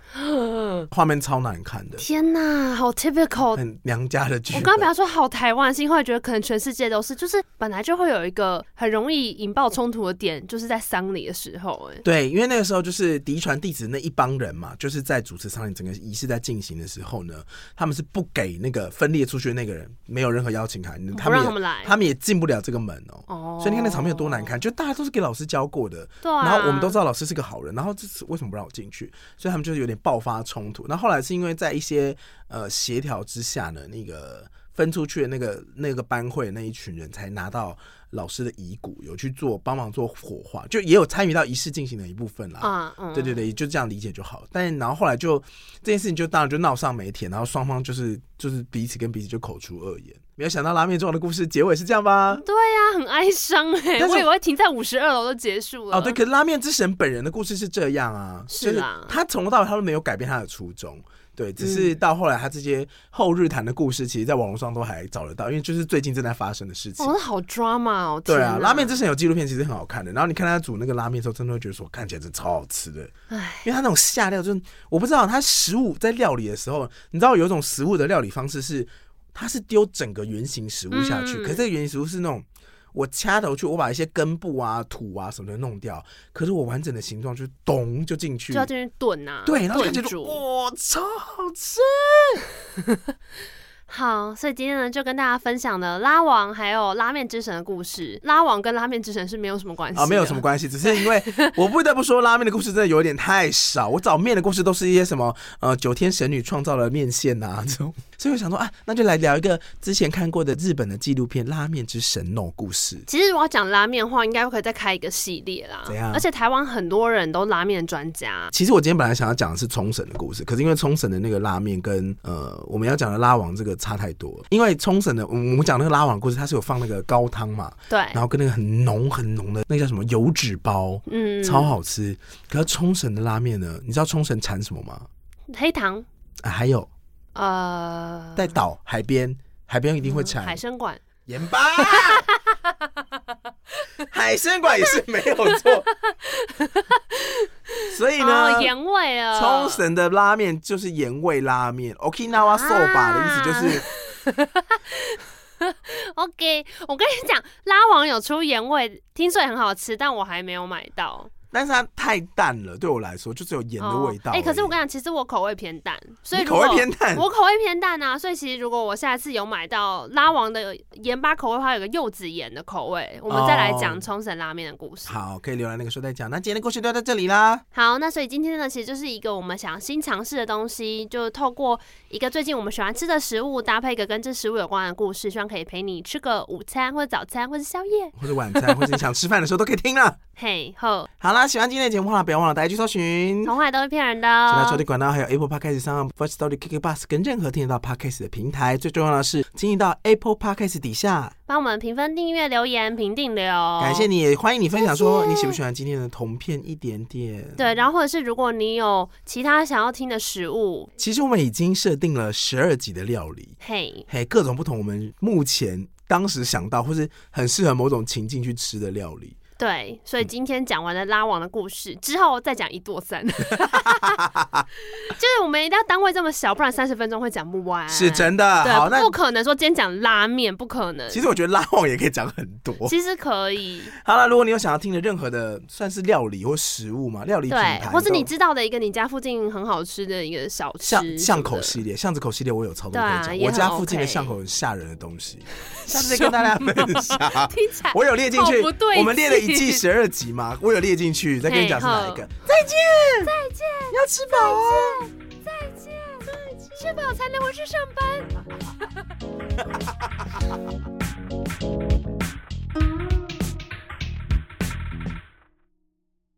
Speaker 1: 画面超难看的，
Speaker 2: 天哪，好 typical
Speaker 1: 很娘家哎的剧
Speaker 2: 我
Speaker 1: 本。
Speaker 2: 刚刚本来说好台湾心，后来觉得可能全世界都是，就是本来就会有一个很容易引爆冲突的点，就是在丧礼的时候、哎，
Speaker 1: 对，因为那个时候就是嫡传弟子那一帮人嘛，就是在主持上整个仪式在进行的时候呢，他们是不给那个分裂出去的那个人没有任何邀请函，他
Speaker 2: 哦不
Speaker 1: 们
Speaker 2: 让
Speaker 1: 也
Speaker 2: 他们来
Speaker 1: 他们也进不了这个门哦、
Speaker 2: 哦
Speaker 1: 所以你看那场面有多难看，就大家都是给老师教过的，
Speaker 2: 对啊
Speaker 1: 然后我们都知道老师是个好人，然后这是为什么不让我进去？所以他们就是有点爆发冲突。那后来是因为在一些呃协调之下呢，那个分出去的那个那个班会那一群人才拿到老师的遗骨，有去做帮忙做火化，就也有参与到仪式进行的一部分啦。
Speaker 2: 啊，嗯，
Speaker 1: 对对对，就这样理解就好。但然后后来就这件事情就当然就闹上媒体，然后双方就是就是彼此跟彼此就口出恶言。没有想到拉面中的故事结尾是这样吧？
Speaker 2: 啊，很哀伤哎、
Speaker 1: 但是
Speaker 2: 我以为停在五十二楼就结束了。
Speaker 1: 哦，对，可是拉面之神本人的故事是这样啊，
Speaker 2: 是啦嗯
Speaker 1: 就是他从头到尾他都没有改变他的初衷，对，只是到后来他这些后日谈的故事，其实在网络上都还找得到，因为就是最近正在发生的事情。
Speaker 2: 哦，那好 drama 哦，
Speaker 1: 对
Speaker 2: 天
Speaker 1: 啊，
Speaker 2: 哪
Speaker 1: 拉面之神有纪录片，其实很好看的。然后你看他煮那个拉面的时候，真的会觉得说看起来真的超好吃的，
Speaker 2: 唉，
Speaker 1: 因为他那种下料，就是我不知道他食物在料理的时候，你知道有一种食物的料理方式是，它是丢整个圆形食物下去，
Speaker 2: 嗯
Speaker 1: 可是这个圆形食物是那种我掐头去，我把一些根部啊、土啊什么的弄掉，可是我完整的形状就咚就进去
Speaker 2: 就，要进去炖啊，
Speaker 1: 对，然后
Speaker 2: 炖
Speaker 1: 看起来就
Speaker 2: 煮。
Speaker 1: 哇、超好吃，
Speaker 2: 好，所以今天呢，就跟大家分享了拉网还有拉面之神的故事。拉网跟拉面之神是没有什么关系
Speaker 1: 啊，没有什
Speaker 2: 的
Speaker 1: 么关系，只是因为 我不得不说，拉面的故事真的有点太少。我找面的故事都是一些什么呃，九天神女创造了面线呐、这种 所以我想说啊，那就来聊一个之前看过的日本的纪录片《拉面之神农故事》。
Speaker 2: 其实如果要讲拉面的话，应该可以再开一个系列啦
Speaker 1: 怎样。
Speaker 2: 而且台湾很多人都拉面专家，
Speaker 1: 其实我今天本来想要讲的是冲绳的故事，可是因为冲绳的那个拉面跟呃我们要讲的拉网这个差太多了。因为冲绳的我嗯们我们讲那个拉网故事，它是有放那个高汤嘛，
Speaker 2: 对，
Speaker 1: 然后跟那个很浓很浓的那个叫什么油脂包，
Speaker 2: 嗯，
Speaker 1: 超好吃。可是冲绳的拉面呢？你知道冲绳产什么吗？
Speaker 2: 黑糖，
Speaker 1: 啊、还有
Speaker 2: 呃，
Speaker 1: 在岛海边，海边一定会产
Speaker 2: 嗯海参馆，
Speaker 1: 盐巴。 海参馆也是没有 错，所以呢，
Speaker 2: 哦，盐味了，
Speaker 1: 冲绳的拉面就是盐味拉面，Okinawa soba 的意思
Speaker 2: 啊
Speaker 1: 就是，
Speaker 2: OK，我跟你讲，拉网有出盐味，听说也很好吃，但我还没有买到
Speaker 1: 但是它太淡了，对我来说就只有盐的味道而
Speaker 2: 哦哎、
Speaker 1: 已。
Speaker 2: 可是我跟你讲，其实我口味偏淡，所以
Speaker 1: 你
Speaker 2: 如
Speaker 1: 口
Speaker 2: 果
Speaker 1: 味偏淡，
Speaker 2: 我口味偏淡啊，所以其实如果我下次有买到拉王的盐巴口味的话，有个柚子盐的口味，我们再来
Speaker 1: 哦
Speaker 2: 讲冲绳拉面的故事。
Speaker 1: 好，可以留来那个时候再讲。那今天的故事就到这里啦。
Speaker 2: 好，那所以今天呢，其实就是一个我们想要新尝试的东西，就透过一个最近我们喜欢吃的食物，搭配一个跟这食物有关的故事，希望可以陪你吃个午餐或者早餐或者宵夜。
Speaker 1: 或者晚餐，或者你想吃饭的时候都可以听啦。
Speaker 2: 嘿吼，
Speaker 1: 好啦，喜欢今天的节目的话，不要忘了大家去搜寻。
Speaker 2: 童话都是骗人的
Speaker 1: 其他收
Speaker 2: 哦。
Speaker 1: 听管道还有 Apple Podcast 上、First Story、KK Bus 跟任何听得到 Podcast 的平台。最重要的是，请你到 Apple Podcast 底下。
Speaker 2: 帮我们评分、订阅、留言、评定留，
Speaker 1: 感谢你，也欢迎你分享说
Speaker 2: 哦谢谢
Speaker 1: 你喜不喜欢今天的同片一点点。
Speaker 2: 对，然后或者是如果你有其他想要听的食物，
Speaker 1: 其实我们已经设定了十二集的料理，
Speaker 2: 嘿，
Speaker 1: 嘿，各种不同我们目前当时想到或是很适合某种情境去吃的料理。
Speaker 2: 对，所以
Speaker 1: 嗯
Speaker 2: 今天讲完了拉网的故事之后，再讲一座 山，就是我们一定要单位这么小，不然三十分钟会讲不完。
Speaker 1: 是真的。好，
Speaker 2: 啊对，
Speaker 1: 那
Speaker 2: 不可能说今天讲拉面，不可能。
Speaker 1: 其实我觉得拉网也可以讲很多。
Speaker 2: 其实可以，
Speaker 1: 好了，如果你有想要听的任何的算是料理或食物嘛，料理品
Speaker 2: 对
Speaker 1: 牌，，
Speaker 2: 或是你
Speaker 1: 都
Speaker 2: 知道的一个你家附近很好吃的一个小吃，
Speaker 1: 巷巷口
Speaker 2: 是
Speaker 1: 系列、巷子口系列，我有超多
Speaker 2: 对
Speaker 1: 可
Speaker 2: 啊
Speaker 1: 以讲。
Speaker 2: 也
Speaker 1: 我
Speaker 2: 很
Speaker 1: 家附近的
Speaker 2: OK
Speaker 1: 巷口有吓人的东 西，下次再跟大家分享。
Speaker 2: 听起来
Speaker 1: 我有列进去
Speaker 2: 好不对，劲
Speaker 1: 我们列了一季十二集嘛，我有列进去，再跟你讲是哪一个
Speaker 2: 嘿。
Speaker 1: 再见，再见，要吃饱哦。
Speaker 2: 再见，再见，吃饱才能回去上班。